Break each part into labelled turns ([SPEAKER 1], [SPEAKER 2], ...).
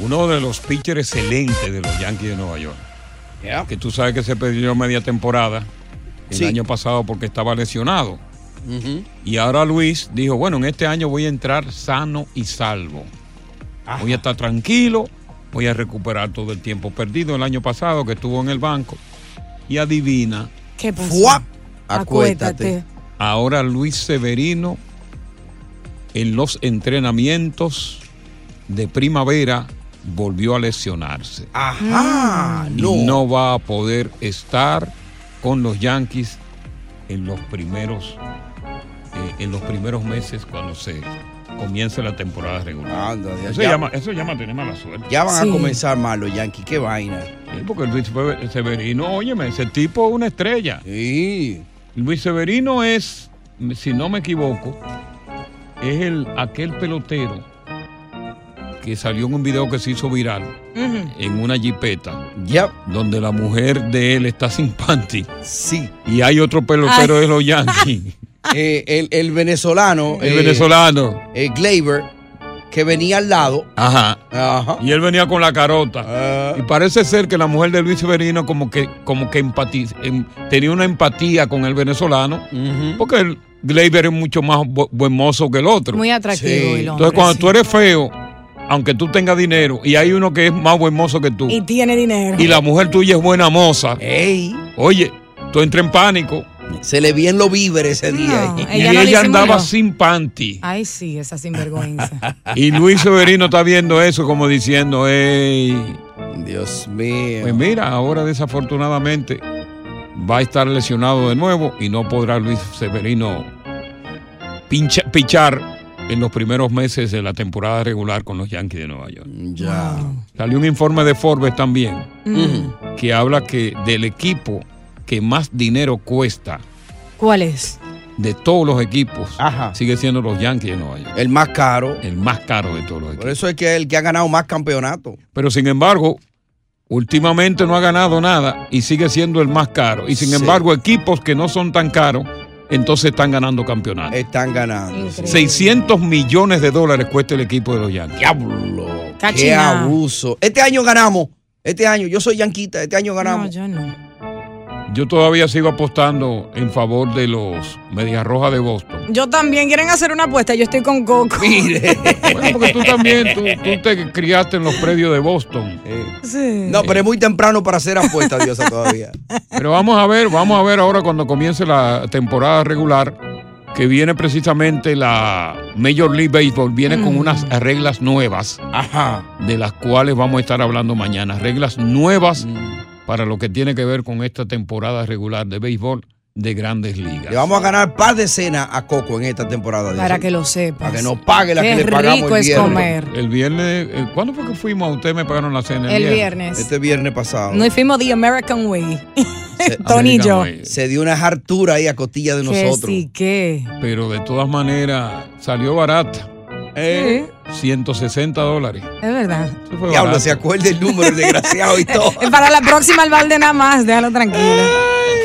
[SPEAKER 1] uno de los pitchers excelentes de los Yankees de Nueva York. Yeah. Que tú sabes que se perdió media temporada el sí. año pasado porque estaba lesionado. Uh -huh. Y ahora Luis dijo, bueno, en este año voy a entrar sano y salvo. Ajá. Voy a estar tranquilo, voy a recuperar todo el tiempo perdido el año pasado que estuvo en el banco. Y adivina.
[SPEAKER 2] ¿Qué pasó? Acuéstate.
[SPEAKER 1] Ahora Luis Severino en los entrenamientos de primavera volvió a lesionarse.
[SPEAKER 3] Ah, Ajá,
[SPEAKER 2] Mm.
[SPEAKER 1] y no. no va a poder estar con los Yankees en los primeros eh, en los primeros meses cuando se comience la temporada regular. Anda, ya, eso, ya, llama, eso llama tener mala suerte.
[SPEAKER 3] Ah, Ya van sí. a comenzar mal los Yankees, qué vaina.
[SPEAKER 1] Sí, porque Luis Severino, óyeme, ese tipo es una estrella.
[SPEAKER 3] Sí.
[SPEAKER 1] Luis Severino es, si no me equivoco, es el aquel pelotero que salió en un video que se hizo viral uh -huh. en una jipeta.
[SPEAKER 3] Yep.
[SPEAKER 1] Donde la mujer de él está sin panty.
[SPEAKER 3] Sí.
[SPEAKER 1] Y hay otro pelotero Ay. de los Yankees.
[SPEAKER 3] eh, el, el, venezolano.
[SPEAKER 1] El eh, venezolano.
[SPEAKER 3] Eh, Gleyber, que venía al lado.
[SPEAKER 1] Ajá. Ajá. Y él venía con la
[SPEAKER 3] Ah.
[SPEAKER 1] carota. Uh. Y parece ser que la mujer de Luis Severino como que, como que empatiza, em, tenía una empatía con el venezolano. Uh -huh. Porque el Gleyber es mucho más bu buen mozo que el otro.
[SPEAKER 2] Muy atractivo. Sí. El hombre,
[SPEAKER 1] Entonces cuando sí. tú eres feo, aunque tú tengas dinero, y hay uno que es más buen mozo que tú.
[SPEAKER 2] Y tiene dinero.
[SPEAKER 1] Y la mujer tuya es buena moza.
[SPEAKER 3] Ey.
[SPEAKER 1] Oye, tú entras en pánico.
[SPEAKER 3] Se le bien lo víveres ese no, día.
[SPEAKER 1] y ella, no ella andaba sin panty.
[SPEAKER 2] Ay, sí, esa sinvergüenza.
[SPEAKER 1] y Luis Severino está viendo eso como diciendo, ey.
[SPEAKER 3] Dios mío.
[SPEAKER 1] Pues mira, ahora desafortunadamente va a estar lesionado de nuevo y no podrá Luis Severino pincha, pichar en los primeros meses de la temporada regular con los Yankees de Nueva York.
[SPEAKER 3] Ya.
[SPEAKER 1] Salió un informe de Forbes también mm. que habla que del equipo que más dinero cuesta.
[SPEAKER 2] ¿Cuál es?
[SPEAKER 1] De todos los equipos, Ajá. sigue siendo los Yankees de Nueva York.
[SPEAKER 3] El más caro.
[SPEAKER 1] El más caro de todos los equipos.
[SPEAKER 3] Por eso es que es el que ha ganado más campeonatos.
[SPEAKER 1] Pero sin embargo, últimamente no ha ganado nada y sigue siendo el más caro. Y sin sí. embargo, equipos que no son tan caros entonces están ganando campeonatos.
[SPEAKER 3] Están ganando.
[SPEAKER 1] Increíble. 600 millones de dólares cuesta el equipo de los Yankees.
[SPEAKER 3] ¡Diablo! Cachina. ¡Qué abuso! Este año ganamos. Este año, yo soy yanquita, este año ganamos.
[SPEAKER 2] No, yo no.
[SPEAKER 1] Yo todavía sigo apostando en favor de los Medias Rojas de Boston.
[SPEAKER 2] Yo también. ¿Quieren hacer una apuesta? Yo estoy con Coco.
[SPEAKER 1] Mire. bueno, porque tú también, tú, tú, te criaste en los predios de Boston.
[SPEAKER 3] Eh. Sí. No, pero es muy temprano para hacer apuestas, Diosa, todavía.
[SPEAKER 1] Pero vamos a ver, vamos a ver ahora cuando comience la temporada regular que viene precisamente la Major League Baseball, viene con unas reglas nuevas, de las cuales vamos a estar hablando mañana. Reglas nuevas
[SPEAKER 2] Mm.
[SPEAKER 1] para lo que tiene que ver con esta temporada regular de béisbol de grandes ligas.
[SPEAKER 3] Le vamos a ganar par de cenas a Coco en esta temporada. de
[SPEAKER 2] Para
[SPEAKER 3] eso.
[SPEAKER 2] que lo sepas.
[SPEAKER 3] Para que nos pague la
[SPEAKER 2] Qué
[SPEAKER 3] que le pagamos
[SPEAKER 2] rico
[SPEAKER 3] el
[SPEAKER 2] es
[SPEAKER 3] viernes.
[SPEAKER 2] comer.
[SPEAKER 1] El viernes, eh, ¿cuándo fue que fuimos a usted? Me pagaron la cena.
[SPEAKER 2] El viernes.
[SPEAKER 3] Este viernes pasado.
[SPEAKER 2] Nos fuimos The American Way. Tony y yo.
[SPEAKER 3] eh, Se dio una hartura ahí a costilla de
[SPEAKER 2] Que
[SPEAKER 3] nosotros.
[SPEAKER 2] sí, que.
[SPEAKER 1] Pero de todas maneras, salió barata. Eh, 160 dólares.
[SPEAKER 2] Es verdad.
[SPEAKER 1] Fue
[SPEAKER 3] Diablo,
[SPEAKER 1] barato.
[SPEAKER 3] se acuerda el número, el desgraciado y todo.
[SPEAKER 2] Para la próxima, el balde nada más. Déjalo tranquilo.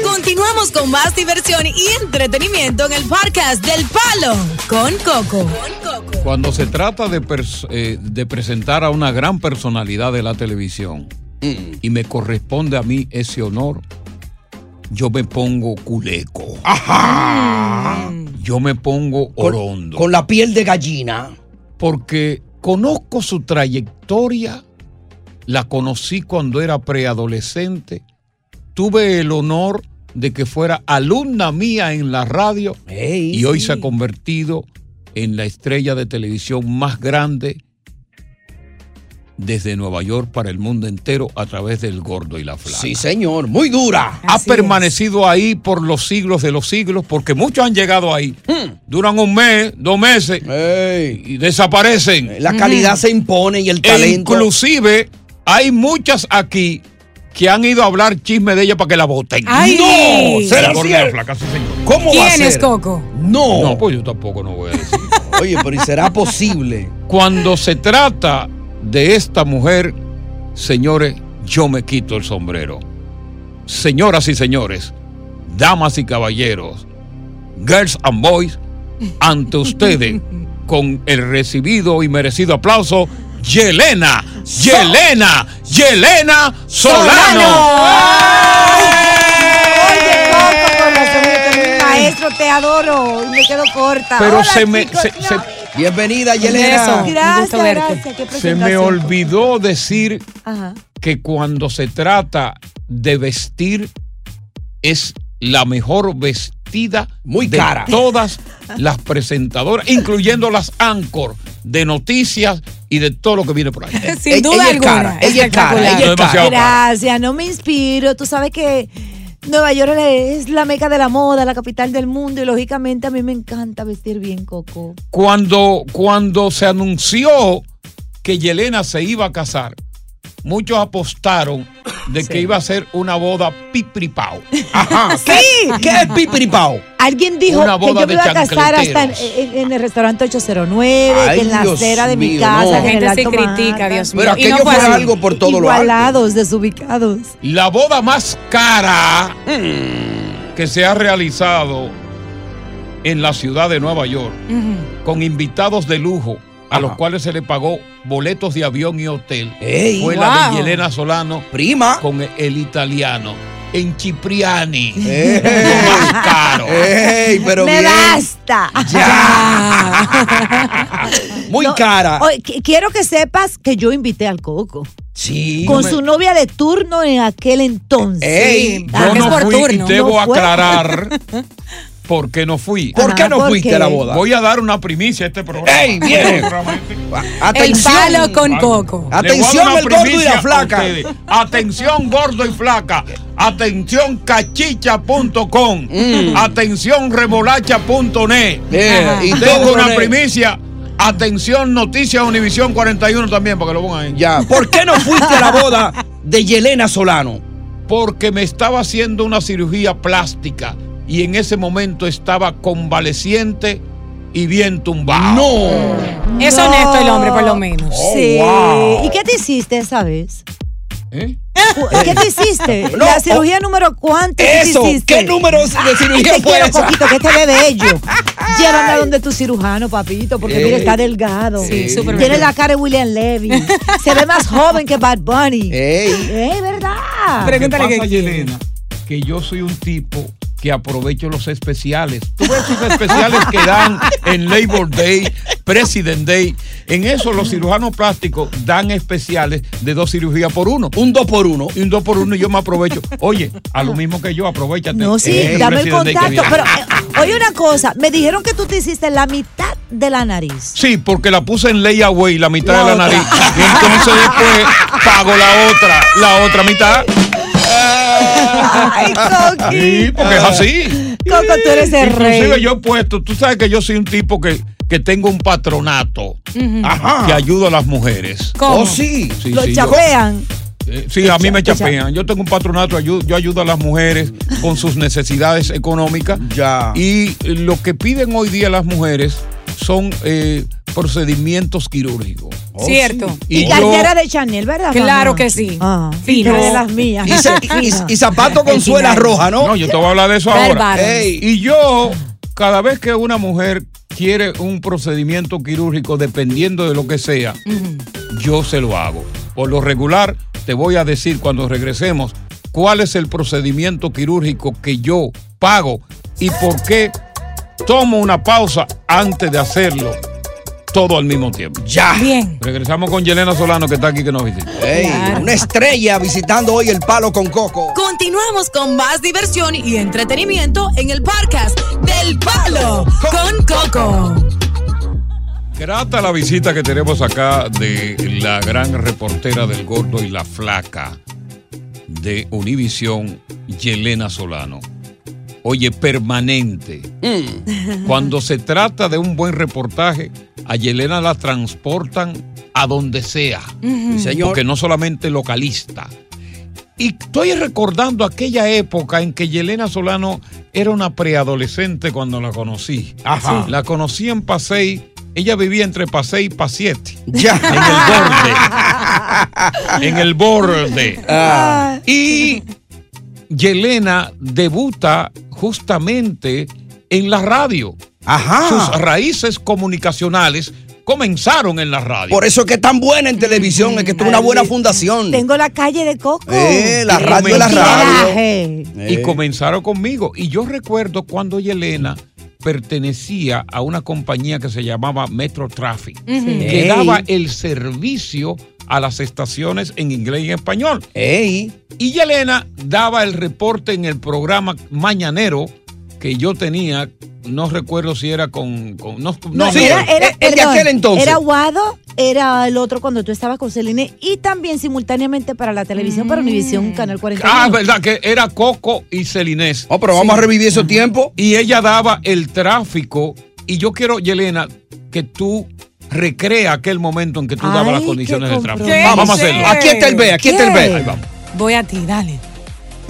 [SPEAKER 4] Continuamos con más diversión y entretenimiento en el podcast del Palo con Coco.
[SPEAKER 1] Cuando se trata de, pers- eh, de presentar a una gran personalidad de la televisión
[SPEAKER 3] Mm.
[SPEAKER 1] y me corresponde a mí ese honor, yo me pongo culeco. Mm. Yo me pongo orondo.
[SPEAKER 3] Con la piel de gallina.
[SPEAKER 1] Porque conozco su trayectoria, la conocí cuando era preadolescente, tuve el honor de que fuera alumna mía en la radio y hoy se ha convertido en la estrella de televisión más grande desde Nueva York para el mundo entero a través del gordo y la flaca.
[SPEAKER 3] Sí, señor. Muy dura.
[SPEAKER 1] Ha permanecido ahí por los siglos de los siglos, porque muchos han llegado ahí.
[SPEAKER 3] Hmm.
[SPEAKER 1] Duran un mes, dos meses y desaparecen.
[SPEAKER 3] La calidad se impone y el talento.
[SPEAKER 1] E Inclusive hay muchas aquí que han ido a hablar chisme de ella para que la voten.
[SPEAKER 2] ¡Ay!
[SPEAKER 1] ¡No!
[SPEAKER 3] ¿Será
[SPEAKER 1] El gordo y la
[SPEAKER 3] cierto?
[SPEAKER 1] flaca, sí, señor.
[SPEAKER 3] ¿Cómo va a
[SPEAKER 2] ¿Quién es
[SPEAKER 3] ser?
[SPEAKER 2] Coco?
[SPEAKER 3] No.
[SPEAKER 1] No, pues yo tampoco no voy a decir.
[SPEAKER 3] Oye, pero ¿y será posible?
[SPEAKER 1] Cuando se trata de esta mujer, señores, yo me quito el sombrero. Señoras y señores, damas y caballeros, girls and boys, ante ustedes, con el recibido y merecido aplauso, Yelena, Yelena, Yelena Solano.
[SPEAKER 2] Oye, Coco, con razón, yo tengo un maestro, te adoro. Y me quedo corta.
[SPEAKER 1] Pero
[SPEAKER 2] Hola,
[SPEAKER 1] se me,
[SPEAKER 2] chicos.
[SPEAKER 1] se- se-
[SPEAKER 3] Bienvenida, Yelena.
[SPEAKER 2] Gracias, gracias. Qué
[SPEAKER 1] se me
[SPEAKER 2] presentación.
[SPEAKER 1] olvidó decir
[SPEAKER 2] Ajá.
[SPEAKER 1] que cuando se trata de vestir es la mejor vestida
[SPEAKER 3] Muy
[SPEAKER 1] de
[SPEAKER 3] cara.
[SPEAKER 1] todas las presentadoras, incluyendo las anchor de noticias y de todo lo que viene por ahí.
[SPEAKER 2] Sin
[SPEAKER 3] Ella-
[SPEAKER 2] duda
[SPEAKER 3] ella es
[SPEAKER 2] alguna.
[SPEAKER 3] cara, ella es cara,
[SPEAKER 2] espectacular.
[SPEAKER 1] ella es Demasiado cara.
[SPEAKER 5] Gracias, no me inspiro. Tú sabes que Nueva York es la meca de la moda, la capital del mundo y lógicamente a mí me encanta vestir bien, Coco.
[SPEAKER 1] Cuando, cuando se anunció que Yelena se iba a casar, muchos apostaron de que iba a ser una boda pipripao.
[SPEAKER 3] Ajá. ¿Qué, Ah, ¿Qué es pipiripao?
[SPEAKER 5] Alguien dijo
[SPEAKER 1] Una
[SPEAKER 5] que
[SPEAKER 1] boda
[SPEAKER 5] yo
[SPEAKER 1] de
[SPEAKER 5] me iba a casar hasta en,
[SPEAKER 1] chancleteros.
[SPEAKER 5] en- en el restaurante 809,
[SPEAKER 3] Ay,
[SPEAKER 5] que en la
[SPEAKER 3] Dios
[SPEAKER 5] acera de mi
[SPEAKER 3] mío,
[SPEAKER 5] casa.
[SPEAKER 3] no.
[SPEAKER 5] que en el
[SPEAKER 2] La gente se
[SPEAKER 5] Alto
[SPEAKER 2] critica,
[SPEAKER 5] Manhattan.
[SPEAKER 2] Dios mío.
[SPEAKER 3] Pero
[SPEAKER 2] Y no
[SPEAKER 3] aquello
[SPEAKER 2] fue
[SPEAKER 3] fue
[SPEAKER 2] así.
[SPEAKER 3] algo por todo lo alto.
[SPEAKER 5] Igualados, desubicados.
[SPEAKER 1] La boda más cara que se ha realizado en la ciudad de Nueva York, con invitados de lujo, a los cuales se le pagó boletos de avión y hotel,
[SPEAKER 3] Ey.
[SPEAKER 1] fue la de
[SPEAKER 2] Wow.
[SPEAKER 1] Yelena Solano
[SPEAKER 3] Prima.
[SPEAKER 1] con el italiano, en Cipriani,
[SPEAKER 3] Ey.
[SPEAKER 1] lo más caro.
[SPEAKER 3] Ey, pero
[SPEAKER 5] ¡Me
[SPEAKER 3] bien.
[SPEAKER 5] basta!
[SPEAKER 3] Muy
[SPEAKER 5] No,
[SPEAKER 3] cara.
[SPEAKER 5] oye, qui- quiero que sepas que yo invité al Coco.
[SPEAKER 3] Sí.
[SPEAKER 5] con su novia de turno en aquel entonces.
[SPEAKER 3] Ey,
[SPEAKER 5] Ah,
[SPEAKER 1] Yo
[SPEAKER 5] es
[SPEAKER 1] no
[SPEAKER 5] por
[SPEAKER 1] fui y
[SPEAKER 5] turno.
[SPEAKER 1] debo
[SPEAKER 5] No fue.
[SPEAKER 1] aclarar por qué no fui.
[SPEAKER 3] ¿Por qué
[SPEAKER 5] Ajá,
[SPEAKER 3] no
[SPEAKER 5] ¿por
[SPEAKER 3] fuiste
[SPEAKER 5] qué?
[SPEAKER 3] a la boda?
[SPEAKER 1] Voy a dar una primicia a este programa.
[SPEAKER 3] Ey, bien.
[SPEAKER 2] El
[SPEAKER 3] Atención.
[SPEAKER 2] palo con Coco.
[SPEAKER 3] Atención,
[SPEAKER 1] Le voy a dar
[SPEAKER 3] el
[SPEAKER 1] una
[SPEAKER 3] gordo y
[SPEAKER 1] primicia
[SPEAKER 3] la
[SPEAKER 1] a
[SPEAKER 3] flaca.
[SPEAKER 1] ustedes. Atención, gordo y flaca. Atención, cachicha.com. Atención, remolacha.net.
[SPEAKER 3] Eh, Mm. y
[SPEAKER 1] Tengo
[SPEAKER 3] todo
[SPEAKER 1] una
[SPEAKER 3] con él.
[SPEAKER 1] primicia. Atención, Noticias Univisión 41 también, para que lo pongan ahí.
[SPEAKER 3] Ya. ¿Por qué no fuiste a la boda de Yelena Solano?
[SPEAKER 1] Porque me estaba haciendo una cirugía plástica y en ese momento estaba convaleciente y bien tumbado. Oh,
[SPEAKER 3] No.
[SPEAKER 2] Es
[SPEAKER 5] No.
[SPEAKER 2] honesto el hombre, por lo menos.
[SPEAKER 5] sí.
[SPEAKER 3] Oh, wow.
[SPEAKER 5] ¿Y qué te hiciste esa vez?
[SPEAKER 1] ¿Eh?
[SPEAKER 5] ¿Qué te hiciste?
[SPEAKER 3] No,
[SPEAKER 5] ¿La cirugía número cuánto que te
[SPEAKER 3] Eso.
[SPEAKER 5] hiciste?
[SPEAKER 3] ¿Qué número de
[SPEAKER 5] Ay,
[SPEAKER 3] cirugía
[SPEAKER 5] te
[SPEAKER 3] fue
[SPEAKER 5] quiero
[SPEAKER 3] esa?
[SPEAKER 5] poquito, que este bebé bello. Llévame a donde tu cirujano, papito, porque mira, está delgado.
[SPEAKER 2] Sí, súper
[SPEAKER 5] Tiene
[SPEAKER 2] bello.
[SPEAKER 5] la cara de William Levy. Se ve más joven que Bad
[SPEAKER 3] Ey.
[SPEAKER 5] Bunny.
[SPEAKER 2] Eh,
[SPEAKER 5] ¡Ey, verdad!
[SPEAKER 1] Lo que
[SPEAKER 2] Pregúntale
[SPEAKER 1] pasa,
[SPEAKER 2] qué quiere.
[SPEAKER 1] Yelena, que yo soy un tipo que aprovecho los especiales. Tú ves esos especiales que dan en Labor Day, President Day. En eso los cirujanos plásticos dan especiales de dos cirugías por uno.
[SPEAKER 3] Un dos por uno.
[SPEAKER 1] Y un dos por uno y yo me aprovecho. Oye, a lo mismo que yo, aprovechate.
[SPEAKER 5] No, sí,
[SPEAKER 1] Eh,
[SPEAKER 5] dame el
[SPEAKER 1] President Day que
[SPEAKER 5] contacto.
[SPEAKER 1] viene.
[SPEAKER 5] Pero, eh, Oye, una cosa, me dijeron que tú te hiciste la mitad de la nariz.
[SPEAKER 1] Sí, porque la puse en layaway, la mitad
[SPEAKER 5] La
[SPEAKER 1] de la
[SPEAKER 5] otra.
[SPEAKER 1] nariz. Y entonces después pago la otra, la otra mitad.
[SPEAKER 5] Ay, Coqui.
[SPEAKER 1] Ah, Sí, porque es
[SPEAKER 3] Ah.
[SPEAKER 1] así.
[SPEAKER 5] Coco, tú eres el
[SPEAKER 1] Inclusive
[SPEAKER 5] rey.
[SPEAKER 1] yo he puesto, tú sabes que yo soy un tipo que, que tengo un patronato
[SPEAKER 5] Ujú.
[SPEAKER 1] que ayuda a las mujeres.
[SPEAKER 5] ¿Cómo?
[SPEAKER 1] Oh, sí. Sí,
[SPEAKER 5] Lo
[SPEAKER 1] sí, yo-
[SPEAKER 5] chapean.
[SPEAKER 1] eh, Sí, a mí me chapean. Yo tengo un patronato, ayu- yo ayudo a las mujeres con sus necesidades económicas. Ya. Y eh, lo que piden hoy día las mujeres son eh, procedimientos quirúrgicos.
[SPEAKER 3] Oh,
[SPEAKER 4] Cierto.
[SPEAKER 1] Y
[SPEAKER 5] Y,
[SPEAKER 1] yo-
[SPEAKER 5] cartera de Chanel, ¿verdad?
[SPEAKER 4] Claro
[SPEAKER 5] mamá?
[SPEAKER 4] que sí.
[SPEAKER 5] Ah, y
[SPEAKER 4] Fino.
[SPEAKER 5] tres de las mías.
[SPEAKER 3] Y se- y-
[SPEAKER 5] Fino.
[SPEAKER 3] y zapato con
[SPEAKER 5] El
[SPEAKER 3] suela
[SPEAKER 5] final.
[SPEAKER 3] roja, ¿no?
[SPEAKER 1] No, yo te voy a hablar de eso
[SPEAKER 3] Del
[SPEAKER 1] ahora.
[SPEAKER 3] varón. Ey.
[SPEAKER 1] Y yo, cada vez que una mujer quiere un procedimiento quirúrgico, dependiendo de lo que sea, yo se lo hago. Por lo regular, te voy a decir cuando regresemos cuál es el procedimiento quirúrgico que yo pago y por qué tomo una pausa antes de hacerlo todo al mismo tiempo.
[SPEAKER 3] Ya.
[SPEAKER 4] Bien.
[SPEAKER 1] Regresamos con Yelena Solano que está aquí que nos visita.
[SPEAKER 3] Ey, una estrella visitando hoy el palo con coco.
[SPEAKER 4] Continuamos con más diversión y entretenimiento en el podcast del Palo con Coco.
[SPEAKER 1] Grata la visita que tenemos acá de la gran reportera del Gordo y la Flaca de Univisión, Yelena Solano. Oye, permanente. Cuando se trata de un buen reportaje, a Yelena la transportan a donde sea.
[SPEAKER 3] Ujú. Sí, señor.
[SPEAKER 1] Porque no solamente localista. Y estoy recordando aquella época en que Yelena Solano era una preadolescente cuando la conocí.
[SPEAKER 3] Ajá.
[SPEAKER 1] La conocí en Pasey. Ella vivía entre Pasey y Pasiete.
[SPEAKER 3] Ya.
[SPEAKER 1] En el borde.
[SPEAKER 3] Ah.
[SPEAKER 1] Y Yelena debuta justamente en la radio.
[SPEAKER 3] Ajá.
[SPEAKER 1] Sus raíces comunicacionales comenzaron en la radio.
[SPEAKER 3] Por eso es que es tan buena en televisión, es que tuvo una buena fundación.
[SPEAKER 5] Tengo la calle de Coco.
[SPEAKER 3] Eh, la
[SPEAKER 1] Y
[SPEAKER 3] radio es la radio. Eh.
[SPEAKER 5] Tiraje.
[SPEAKER 1] Y comenzaron conmigo. Y yo recuerdo cuando Yelena pertenecía a una compañía que se llamaba Metro Traffic,
[SPEAKER 3] Ujú.
[SPEAKER 1] que
[SPEAKER 3] Ey.
[SPEAKER 1] daba el servicio a las estaciones en inglés y en español. Y Yelena daba el reporte en el programa Mañanero que yo tenía, no recuerdo si era con... con- no,
[SPEAKER 5] No,
[SPEAKER 1] no,
[SPEAKER 5] era,
[SPEAKER 3] eh,
[SPEAKER 1] no.
[SPEAKER 5] era- perdón, Era Guado, era el otro cuando tú estabas con Celine y también simultáneamente para la televisión, para
[SPEAKER 4] Mm.
[SPEAKER 5] Univisión, Canal 41.
[SPEAKER 1] Ah, verdad, que era Coco y Celinés.
[SPEAKER 3] Oh, pero vamos a revivir ese tiempo.
[SPEAKER 1] Y ella daba el tráfico. Y yo quiero, Yelena, que tú recrea aquel momento en que tú dabas las condiciones de tráfico.
[SPEAKER 4] compromiso.
[SPEAKER 1] Vamos a
[SPEAKER 4] ¿Qué
[SPEAKER 1] hacerlo.
[SPEAKER 4] sé? Aquí está el B, aquí está el B.
[SPEAKER 1] Ahí vamos.
[SPEAKER 4] Voy a ti, dale.
[SPEAKER 3] Ah.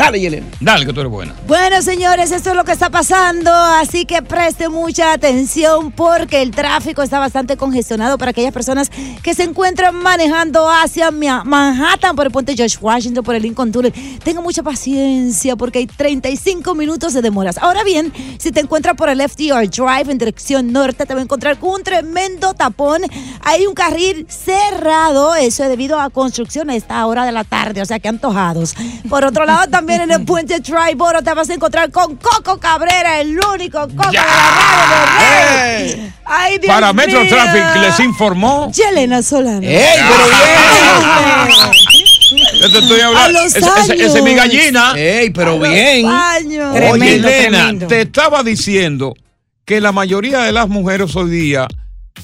[SPEAKER 3] Dale, Yelena.
[SPEAKER 1] Dale, que tú eres buena.
[SPEAKER 5] Bueno, señores, esto es lo que está pasando, así que preste mucha atención porque el tráfico está bastante congestionado para aquellas personas que se encuentran manejando hacia Mia- Manhattan por el puente George Washington, por el Lincoln Tunnel. Tenga mucha paciencia porque hay 35 minutos de demoras. Ahora bien, si te encuentras por el FDR Drive en dirección norte, te va a encontrar con un tremendo tapón. Hay un carril cerrado, eso es debido a construcción a esta hora de la tarde, o sea que antojados. Por otro lado, también en el puente Triboro te vas a encontrar con Coco Cabrera, el único Coco de la radio de rey. Ay, Dios
[SPEAKER 1] Para Metro
[SPEAKER 5] mío.
[SPEAKER 1] Traffic les informó.
[SPEAKER 5] Yelena Solano.
[SPEAKER 1] ¡Ey, pero Yo te estoy hablando.
[SPEAKER 5] A los
[SPEAKER 1] Ese- ese- ese es mi
[SPEAKER 5] años.
[SPEAKER 1] gallina.
[SPEAKER 3] Ey, pero bien.
[SPEAKER 5] Años.
[SPEAKER 1] Oye, Elena, te estaba diciendo que la mayoría de las mujeres hoy día,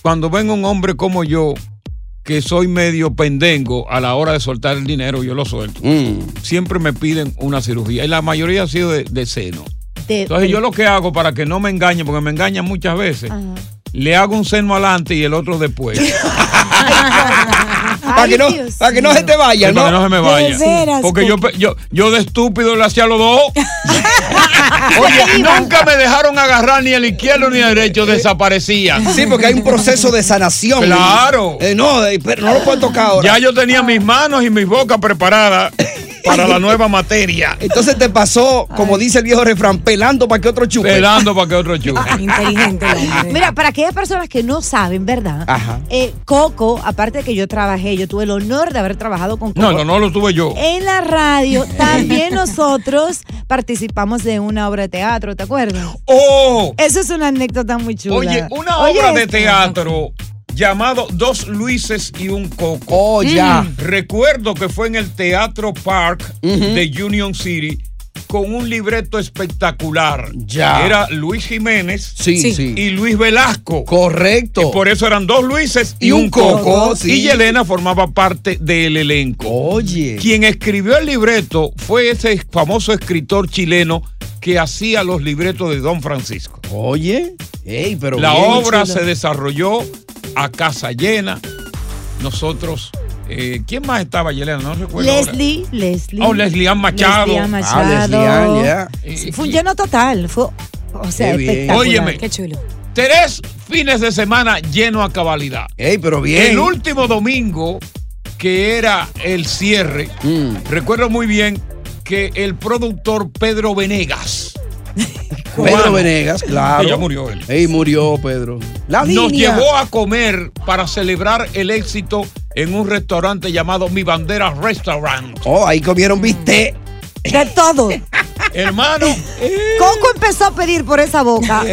[SPEAKER 1] cuando ven un hombre como yo, que soy medio pendengo a la hora de soltar el dinero, yo lo suelto. Siempre me piden una cirugía. Y la mayoría ha sido de, de seno.
[SPEAKER 5] De-
[SPEAKER 1] Entonces, yo lo que hago para que no me engañen, porque me engañan muchas veces,
[SPEAKER 5] Ah.
[SPEAKER 1] le hago un seno adelante y el otro después.
[SPEAKER 3] Para que no, para que no se te vaya,
[SPEAKER 1] Sí,
[SPEAKER 3] ¿no?
[SPEAKER 1] para que no se me vaya. Porque yo, pe- yo, yo de estúpido le hacía los dos. Oye, nunca me dejaron agarrar ni el izquierdo ni el derecho, desaparecía.
[SPEAKER 3] Sí, porque hay un proceso de sanación.
[SPEAKER 1] Claro.
[SPEAKER 3] Eh, no, eh, pero no lo puedo tocar ahora.
[SPEAKER 1] Ya yo tenía mis manos y mis bocas preparadas para la nueva materia.
[SPEAKER 3] Entonces te pasó, como dice el viejo refrán, pelando para que otro chupe.
[SPEAKER 1] Esperando para que otro chupe.
[SPEAKER 4] Inteligente.
[SPEAKER 5] Ah, Mira, para aquellas personas que no saben, ¿verdad?
[SPEAKER 1] Ajá.
[SPEAKER 5] Eh, Coco, aparte de que yo trabajé, yo tuve el honor de haber trabajado con Coco.
[SPEAKER 1] No, no, no lo tuve yo.
[SPEAKER 5] En la radio también nosotros participamos de una obra de teatro, ¿te acuerdas?
[SPEAKER 1] ¡Oh!
[SPEAKER 5] Eso es una anécdota muy chula.
[SPEAKER 1] Oye, una obra de
[SPEAKER 5] esto.
[SPEAKER 1] teatro llamado Dos Luises y un Coco.
[SPEAKER 3] Oh, ya.
[SPEAKER 1] Recuerdo que fue en el Teatro Park de Union City con un libreto espectacular.
[SPEAKER 3] Ya.
[SPEAKER 1] Era Luis Jiménez
[SPEAKER 3] Sí, Sí. sí.
[SPEAKER 1] y Luis Velasco.
[SPEAKER 3] Correcto.
[SPEAKER 1] Y por eso eran dos Luises y,
[SPEAKER 3] Y
[SPEAKER 1] un,
[SPEAKER 3] un
[SPEAKER 1] coco.
[SPEAKER 3] Coco, sí.
[SPEAKER 1] Y Yelena formaba parte del elenco.
[SPEAKER 3] Oye.
[SPEAKER 1] Quien escribió el libreto fue ese famoso escritor chileno que hacía los libretos de Don Francisco.
[SPEAKER 3] Oye, ey, pero
[SPEAKER 1] La
[SPEAKER 3] bien,
[SPEAKER 1] obra
[SPEAKER 3] chulo.
[SPEAKER 1] se desarrolló a casa llena. Nosotros, eh, ¿quién más estaba, Yelena? No recuerdo. ahora.
[SPEAKER 5] Leslie, Leslie.
[SPEAKER 1] Oh, Leslie Ann Machado.
[SPEAKER 5] Leslie Ann
[SPEAKER 1] Ah,
[SPEAKER 5] Machado.
[SPEAKER 1] Leslie Ann, ya.
[SPEAKER 5] Sí, Fue un lleno total. Fue, o sea,
[SPEAKER 1] Qué bien.
[SPEAKER 5] espectacular.
[SPEAKER 1] Óyeme. Qué
[SPEAKER 5] chulo.
[SPEAKER 1] Tres fines de semana lleno a cabalidad.
[SPEAKER 3] Ey, pero bien.
[SPEAKER 1] El último domingo, que era el cierre,
[SPEAKER 3] Mm.
[SPEAKER 1] recuerdo muy bien que el productor Pedro Venegas.
[SPEAKER 3] Pedro
[SPEAKER 1] cubano,
[SPEAKER 3] Venegas, claro.
[SPEAKER 1] que ya murió él.
[SPEAKER 3] Ey, murió Pedro. La
[SPEAKER 1] Nos
[SPEAKER 3] línea.
[SPEAKER 1] llevó a comer para celebrar el éxito en un restaurante llamado Mi Bandera Restaurant.
[SPEAKER 3] Oh, ahí comieron bistec.
[SPEAKER 5] De todo.
[SPEAKER 1] Hermano, Eh.
[SPEAKER 5] Coco empezó a pedir por esa boca.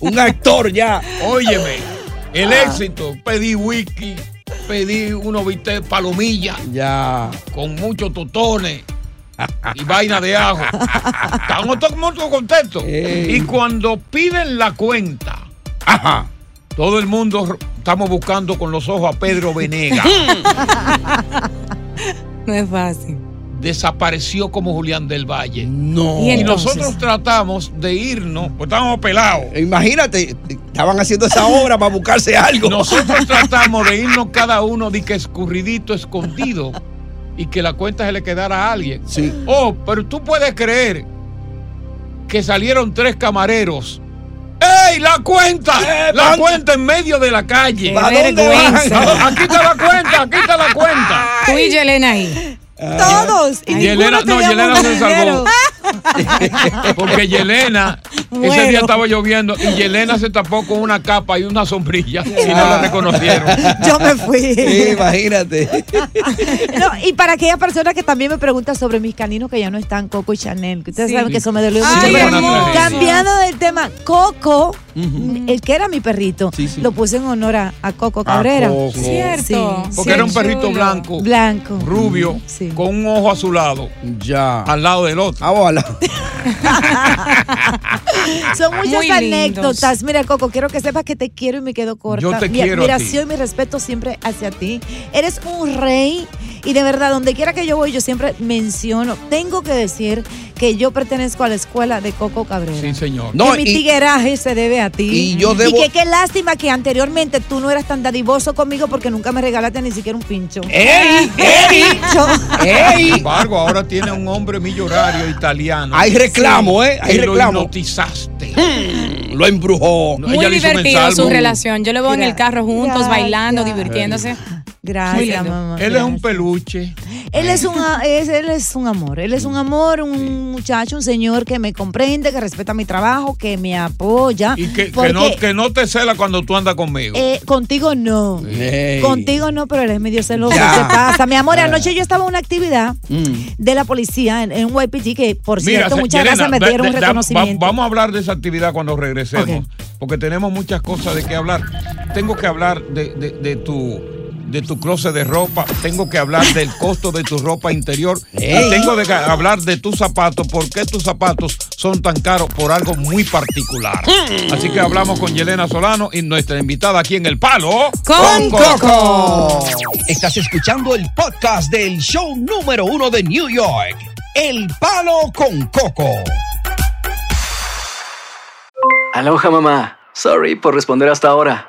[SPEAKER 3] un actor ya.
[SPEAKER 1] Óyeme, el
[SPEAKER 5] Ah.
[SPEAKER 1] éxito. Pedí whisky, pedí unos bistecs palomilla.
[SPEAKER 3] Ya.
[SPEAKER 1] Con muchos totones. Y vaina de ajo. Estamos todos muy contentos. Y cuando piden la cuenta, todo el mundo r- estamos buscando con los ojos a Pedro Venega.
[SPEAKER 2] No es fácil.
[SPEAKER 1] Desapareció como Julián del Valle.
[SPEAKER 3] No.
[SPEAKER 1] Y,
[SPEAKER 3] ¿Y entonces?
[SPEAKER 1] nosotros tratamos de irnos, pues estábamos pelados.
[SPEAKER 3] Imagínate, estaban haciendo esa obra para buscarse algo.
[SPEAKER 1] Nosotros tratamos de irnos cada uno de que escurridito, escondido, y que la cuenta se le quedara a alguien.
[SPEAKER 3] Sí.
[SPEAKER 1] Oh, pero tú puedes creer que salieron tres camareros. ¡Ey, la
[SPEAKER 3] Eh,
[SPEAKER 1] cuenta! ¡La cuenta en medio de la calle!
[SPEAKER 2] ¡Qué ¿A dónde vergüenza! van?
[SPEAKER 1] ¡Aquí está la cuenta! ¡Aquí está la cuenta!
[SPEAKER 2] Tú y Yelena ahí.
[SPEAKER 5] Todos.
[SPEAKER 1] Y Yelena, no, Yelena se salvó.
[SPEAKER 4] Ah,
[SPEAKER 1] Porque Yelena, ese día
[SPEAKER 5] Bueno.
[SPEAKER 1] estaba lloviendo y Yelena se tapó con una capa y una sombrilla y no
[SPEAKER 3] Ah.
[SPEAKER 1] la reconocieron.
[SPEAKER 5] Yo me fui.
[SPEAKER 3] Sí, imagínate.
[SPEAKER 5] No, y para aquellas personas que también me preguntan sobre mis caninos que ya no están, Coco y Chanel, que ustedes
[SPEAKER 2] Sí.
[SPEAKER 5] saben que eso me dolió
[SPEAKER 1] Ah,
[SPEAKER 2] Ay,
[SPEAKER 5] mucho. pero
[SPEAKER 2] hermoso.
[SPEAKER 5] cambiando del tema, Coco, el que era mi perrito, lo puse en honor a, a Coco Cabrera.
[SPEAKER 1] Coco.
[SPEAKER 2] Cierto.
[SPEAKER 5] Sí.
[SPEAKER 1] Porque era un perrito blanco,
[SPEAKER 5] Blanco. Mm,
[SPEAKER 1] rubio, con un ojo azulado.
[SPEAKER 3] Ya. Ah,
[SPEAKER 1] Al lado del otro.
[SPEAKER 5] Son muchas
[SPEAKER 2] Muy
[SPEAKER 5] anécdotas. Mira, Coco, quiero que sepas que te quiero y me quedo corta.
[SPEAKER 1] Yo te
[SPEAKER 5] mi
[SPEAKER 1] quiero a ti.
[SPEAKER 5] admiración y mi respeto siempre hacia ti. Eres un rey y de verdad, donde quiera que yo voy, yo siempre menciono, tengo que decir que yo pertenezco a la escuela de Coco Cabrera.
[SPEAKER 1] Sí, señor.
[SPEAKER 5] que mi tigueraje se debe a ti.
[SPEAKER 3] y yo debo-
[SPEAKER 5] que qué lástima que anteriormente tú no eras tan dadivoso conmigo porque nunca me regalaste ni siquiera un pincho.
[SPEAKER 3] ¡Ey! ¡Ey!
[SPEAKER 5] Pincho.
[SPEAKER 3] ¡Ey!
[SPEAKER 1] Sin embargo, ahora tiene un hombre millonario italiano.
[SPEAKER 3] Hay reclamo, ¿eh? Hay
[SPEAKER 1] Y
[SPEAKER 3] reclamo. Mm,
[SPEAKER 1] Lo hipnotizaste.
[SPEAKER 3] Lo embrujó.
[SPEAKER 1] Ella
[SPEAKER 2] Muy
[SPEAKER 1] le hizo un
[SPEAKER 2] divertido su
[SPEAKER 1] ensalmo.
[SPEAKER 2] relación. Yo lo veo en el carro juntos,
[SPEAKER 5] Gracias.
[SPEAKER 2] bailando, divirtiéndose. Muy
[SPEAKER 5] Gracias,
[SPEAKER 2] lindo.
[SPEAKER 5] mamá.
[SPEAKER 1] Él es un peluche.
[SPEAKER 5] Él es, un, a- es- él es un amor, él es un amor, un muchacho, un señor que me comprende, que respeta mi trabajo, que me apoya.
[SPEAKER 1] Y que, que,
[SPEAKER 5] porque,
[SPEAKER 1] no, que no te cela cuando tú andas conmigo.
[SPEAKER 5] eh, contigo no.
[SPEAKER 1] Ey.
[SPEAKER 5] Contigo no, pero eres medio celoso.
[SPEAKER 1] Ya.
[SPEAKER 5] ¿Qué pasa? Mi amor,
[SPEAKER 3] Ah.
[SPEAKER 1] Ya.
[SPEAKER 5] anoche yo estaba en una actividad
[SPEAKER 3] Mm.
[SPEAKER 5] de la policía en, en YPG, que por cierto,
[SPEAKER 1] se-
[SPEAKER 5] muchas
[SPEAKER 1] Yelena,
[SPEAKER 5] gracias, me
[SPEAKER 1] ve-
[SPEAKER 5] dieron un
[SPEAKER 1] ve- da- va-
[SPEAKER 5] reconocimiento.
[SPEAKER 1] vamos a hablar de esa actividad cuando regresemos, porque tenemos muchas cosas de qué hablar. Tengo que hablar de, de- de tu de tu closet de ropa, tengo que hablar del costo de tu ropa interior, y
[SPEAKER 3] Ey.
[SPEAKER 1] tengo que hablar de tus zapatos, por qué tus zapatos son tan caros por algo muy particular.
[SPEAKER 5] Mm.
[SPEAKER 1] Así que hablamos con Yelena Solano y nuestra invitada aquí en El Palo
[SPEAKER 3] con Coco. Estás escuchando el podcast del show número uno de New York, El Palo con Coco.
[SPEAKER 6] Aloha mamá. Sorry por responder hasta ahora.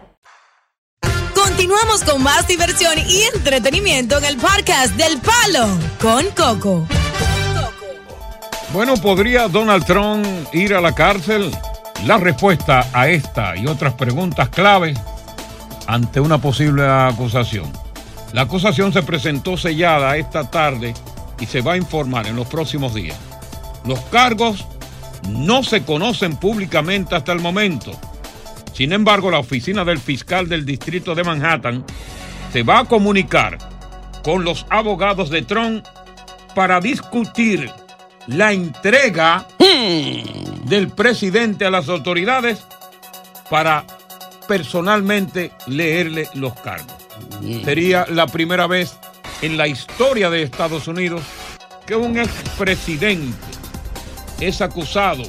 [SPEAKER 4] Continuamos con más diversión y entretenimiento en el podcast del Palo con Coco.
[SPEAKER 1] Bueno, ¿podría Donald Trump ir a la cárcel? La respuesta a esta y otras preguntas clave ante una posible acusación. La acusación se presentó sellada esta tarde y se va a informar en los próximos días. Los cargos no se conocen públicamente hasta el momento. Sin embargo, la oficina del fiscal del distrito de Manhattan se va a comunicar con los abogados de Trump para discutir la entrega del presidente a las autoridades para personalmente leerle los cargos. Sería la primera vez en la historia de Estados Unidos que un expresidente es acusado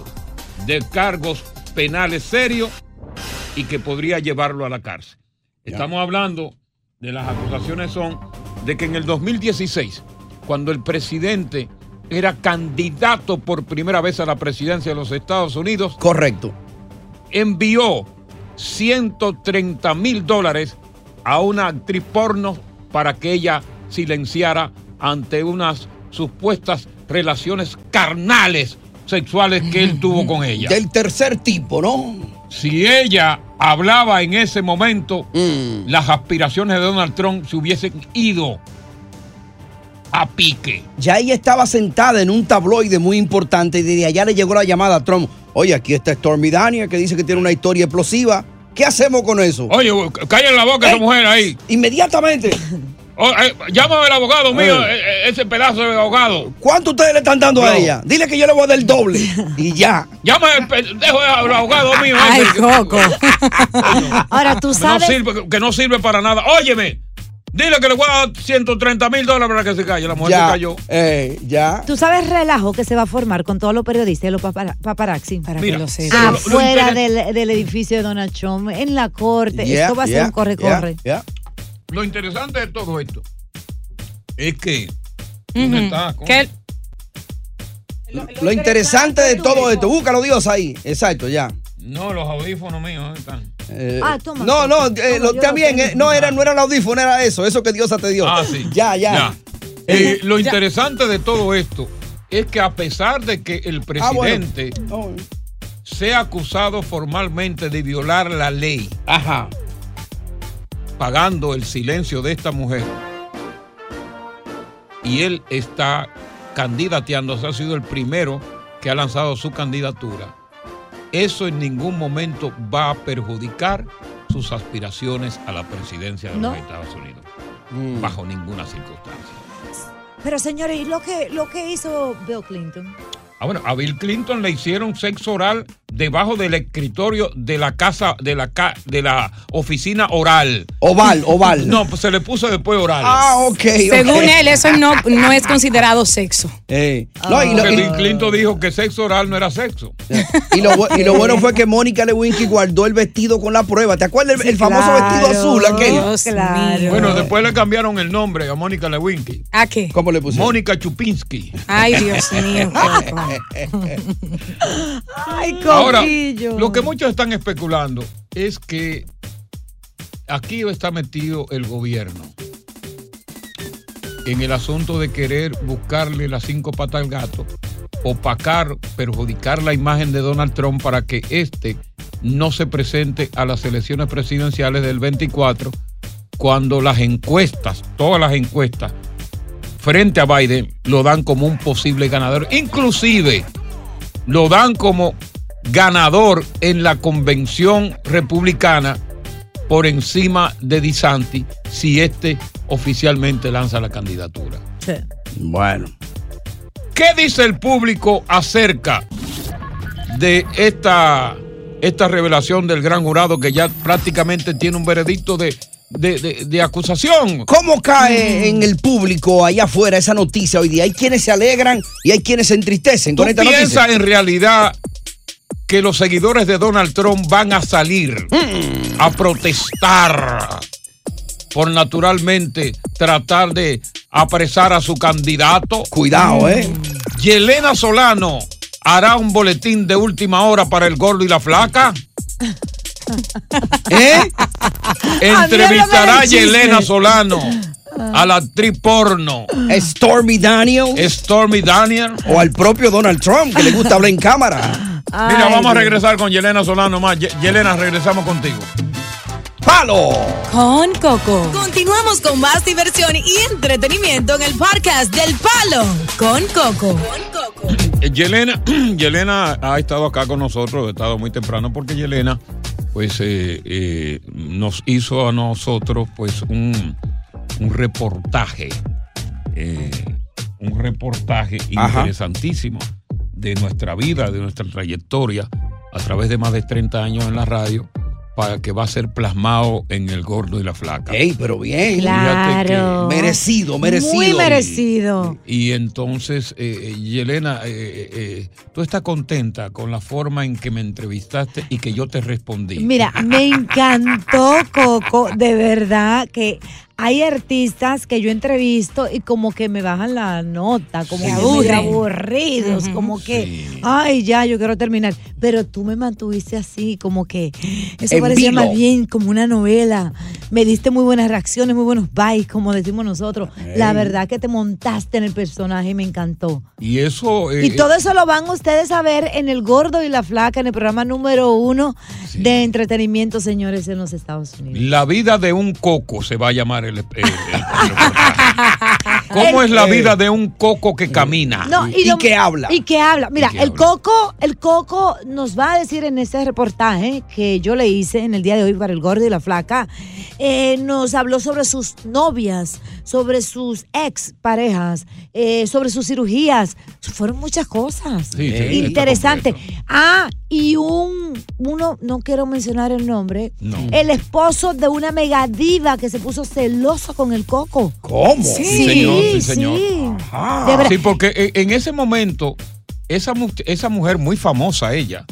[SPEAKER 1] de cargos penales serios y que podría llevarlo a la cárcel. Estamos hablando de las acusaciones son de que en el 2016, cuando el presidente era candidato por primera vez a la presidencia de los Estados Unidos.
[SPEAKER 3] Correcto.
[SPEAKER 1] Envió 130 mil dólares a una actriz porno para que ella silenciara ante unas supuestas relaciones carnales sexuales que él tuvo con ella.
[SPEAKER 3] Del tercer tipo, ¿no?
[SPEAKER 1] Si ella hablaba en ese momento,
[SPEAKER 3] Mm.
[SPEAKER 1] las aspiraciones de Donald Trump se hubiesen ido a pique.
[SPEAKER 3] Ya ella estaba sentada en un tabloide muy importante y desde allá le llegó la llamada a Trump. Oye, aquí está Stormy Daniel que dice que tiene una historia explosiva. ¿Qué hacemos con eso?
[SPEAKER 1] Oye, cállate la boca a esa mujer ahí.
[SPEAKER 3] Inmediatamente.
[SPEAKER 1] Oh, eh, llámame al abogado mío, eh, eh, ese pedazo de abogado.
[SPEAKER 3] ¿Cuánto ustedes le están dando a ella? Dile que yo le voy a dar el doble. y ya.
[SPEAKER 1] Llámame al pendejo de al abogado mío.
[SPEAKER 5] Ay,
[SPEAKER 1] ese que-
[SPEAKER 5] Coco. Ahora tú
[SPEAKER 1] que no
[SPEAKER 5] sabes.
[SPEAKER 1] sirve- que no sirve para nada. Óyeme, dile que le voy a dar 130 mil dólares para que se calle. La mujer
[SPEAKER 3] Ya,
[SPEAKER 1] se cayó.
[SPEAKER 3] ya.
[SPEAKER 5] Tú sabes el relajo que se va a formar con todos los periodistas y los papara- paparazzi. Para
[SPEAKER 1] Mira, lo
[SPEAKER 5] sepa.
[SPEAKER 1] lo
[SPEAKER 5] Afuera del, del edificio de Donald Trump, en la corte.
[SPEAKER 1] Yeah,
[SPEAKER 5] Esto va a ser
[SPEAKER 1] yeah,
[SPEAKER 5] un corre-corre.
[SPEAKER 3] yeah, yeah.
[SPEAKER 1] Lo interesante de todo esto es que.
[SPEAKER 3] Ujú.
[SPEAKER 1] ¿Dónde está? ¿Cómo?
[SPEAKER 3] Lo interesante de todo esto. Búscalo, Dios, ahí. Exacto, ya.
[SPEAKER 1] No, los audífonos míos, ¿dónde están?
[SPEAKER 3] Eh,
[SPEAKER 1] Ah,
[SPEAKER 5] toma,
[SPEAKER 3] no, no, eh, lo-
[SPEAKER 1] yo
[SPEAKER 3] también, eh, no, era, no era el audífono, era eso, eso que Diosa te dio.
[SPEAKER 1] Ah, sí.
[SPEAKER 3] Ya, ya.
[SPEAKER 1] Ya. Eh, lo interesante de todo esto es que a pesar de que el
[SPEAKER 3] Ah, bueno.
[SPEAKER 1] presidente sea acusado formalmente de violar la ley, ajá, pagando el silencio de esta mujer, y él está candidateando, o sea, ha sido el primero que ha lanzado su candidatura. Eso en ningún momento va a perjudicar sus aspiraciones a la presidencia de
[SPEAKER 5] No.
[SPEAKER 1] los Estados Unidos, bajo ninguna circunstancia.
[SPEAKER 5] Pero señores, ¿y lo que, lo que hizo Bill Clinton?
[SPEAKER 1] Ah, bueno, a Bill Clinton le hicieron sexo oral debajo del escritorio de la casa, de la ca- de la oficina oral.
[SPEAKER 3] Oval, oval.
[SPEAKER 1] No, pues se le puso después oral.
[SPEAKER 3] Ah, ok.
[SPEAKER 2] Según él, Ah. eso no, no es considerado sexo.
[SPEAKER 3] Eh, no, y, lo,
[SPEAKER 1] Porque
[SPEAKER 3] y-
[SPEAKER 1] Bill Clinton dijo que sexo oral no era sexo.
[SPEAKER 3] y lo bu- y lo bueno fue que Mónica Lewinsky guardó el vestido con la prueba. ¿Te acuerdas el, el famoso vestido azul aquel?
[SPEAKER 1] Bueno, después le cambiaron el nombre a Mónica Lewinsky.
[SPEAKER 2] ¿A qué?
[SPEAKER 3] ¿Cómo le pusieron?
[SPEAKER 1] Mónica Chupinsky.
[SPEAKER 2] Ay, Dios mío.
[SPEAKER 5] Ay,
[SPEAKER 1] Ahora,
[SPEAKER 5] Coquillo.
[SPEAKER 1] lo que muchos están especulando es que aquí está metido el gobierno en el asunto de querer buscarle las cinco patas al gato, opacar, perjudicar la imagen de Donald Trump para que éste no se presente a las elecciones presidenciales del 24, cuando las encuestas, todas las encuestas, frente a Biden, lo dan como un posible ganador. Inclusive, lo dan como ganador en la convención republicana por encima de DeSantis si este oficialmente lanza la candidatura.
[SPEAKER 3] Bueno.
[SPEAKER 1] ¿Qué dice el público acerca de esta, esta revelación del gran jurado que ya prácticamente tiene un veredicto de, de- de- de acusación?
[SPEAKER 3] ¿Cómo
[SPEAKER 5] Mm.
[SPEAKER 3] cae en el público allá afuera esa noticia hoy día? Hay quienes se alegran y hay quienes se entristecen
[SPEAKER 1] ¿Tú
[SPEAKER 3] con esta noticia.
[SPEAKER 1] piensas en realidad que los seguidores de Donald Trump van a salir a protestar por naturalmente tratar de apresar a su candidato?
[SPEAKER 3] Cuidado, ¿eh?
[SPEAKER 1] Yelena Solano hará un boletín de última hora para el gordo y la flaca. ¿Eh? Entrevistará a Yelena Solano, a la actriz porno.
[SPEAKER 3] Stormy Daniels.
[SPEAKER 1] Stormy Daniels.
[SPEAKER 3] O al propio Donald Trump, que le gusta hablar en cámara.
[SPEAKER 1] Mira, vamos a regresar con Yelena Solano más. Ye- Yelena, regresamos contigo.
[SPEAKER 3] ¡Palo!
[SPEAKER 4] Con Coco. Continuamos con más diversión y entretenimiento en el podcast del Palo con Coco.
[SPEAKER 1] Eh, Yelena, Yelena ha estado acá con nosotros, ha estado muy temprano porque Yelena pues eh, eh, nos hizo a nosotros pues un, un reportaje, eh, un reportaje
[SPEAKER 3] Ajá.
[SPEAKER 1] interesantísimo de nuestra vida, de nuestra trayectoria a través de más de 30 años en la radio para que va a ser plasmado en el gordo y la flaca.
[SPEAKER 3] Ey, pero bien.
[SPEAKER 1] Fíjate que-
[SPEAKER 5] Claro.
[SPEAKER 3] Merecido, merecido.
[SPEAKER 5] Muy merecido.
[SPEAKER 1] y entonces, eh, eh, Yelena, eh, eh, eh, tú estás contenta con la forma en que me entrevistaste y que yo te respondí.
[SPEAKER 5] Mira, me encantó Coco, de verdad que hay artistas que yo entrevisto y como que me bajan la nota, como
[SPEAKER 2] Se
[SPEAKER 5] que
[SPEAKER 2] aburren.
[SPEAKER 5] muy aburridos, como que, ay, ya, yo quiero terminar. Pero tú me mantuviste así, como que eso
[SPEAKER 2] En
[SPEAKER 5] parecía
[SPEAKER 2] vilo.
[SPEAKER 5] más bien como una novela. Me diste muy buenas reacciones, muy buenos bytes, como decimos nosotros. La
[SPEAKER 1] Ey.
[SPEAKER 5] verdad que te montaste en el personaje y me encantó.
[SPEAKER 1] Y eso... eh,
[SPEAKER 5] Y todo eso lo van ustedes a ver en El Gordo y la Flaca, en el programa número uno de entretenimiento, señores, en los Estados Unidos.
[SPEAKER 1] La vida de un coco se va a llamar el... el- el- el reportaje. ¿Cómo es la vida de un coco que camina?
[SPEAKER 5] No, y, lo- Y que habla. Mira, el Coco, el Coco nos va a decir en este reportaje que yo le hice en el día de hoy para el Gordo y la Flaca, eh, nos habló sobre sus novias, sobre sus ex parejas, eh, sobre sus cirugías. Fueron muchas cosas.
[SPEAKER 2] Sí, sí, está
[SPEAKER 5] Interesante. Ah, y un uno, no quiero mencionar el nombre, el esposo de una mega diva que se puso celoso con el Coco.
[SPEAKER 1] ¿Cómo?
[SPEAKER 5] Sí,
[SPEAKER 1] Sí, señor, sí, señor.
[SPEAKER 5] sí. De
[SPEAKER 1] Ah,
[SPEAKER 5] verdad.
[SPEAKER 1] sí, porque e- en ese momento, esa, mu- esa mujer muy famosa, ella,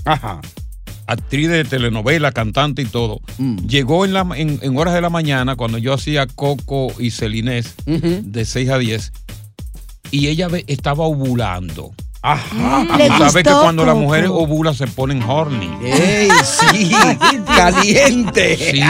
[SPEAKER 1] actriz de telenovela, cantante y todo, llegó en, la, ma- en, en horas de la mañana cuando yo hacía Coco y Celinés de 6 a 10, y ella ve- estaba ovulando. Ajá.
[SPEAKER 3] Mm, Le
[SPEAKER 1] sabes que
[SPEAKER 3] gustó
[SPEAKER 1] cuando las
[SPEAKER 3] Coco.
[SPEAKER 1] mujeres ovulan se ponen horny.
[SPEAKER 3] ¡Ey, sí! ¡Caliente!
[SPEAKER 1] Sí.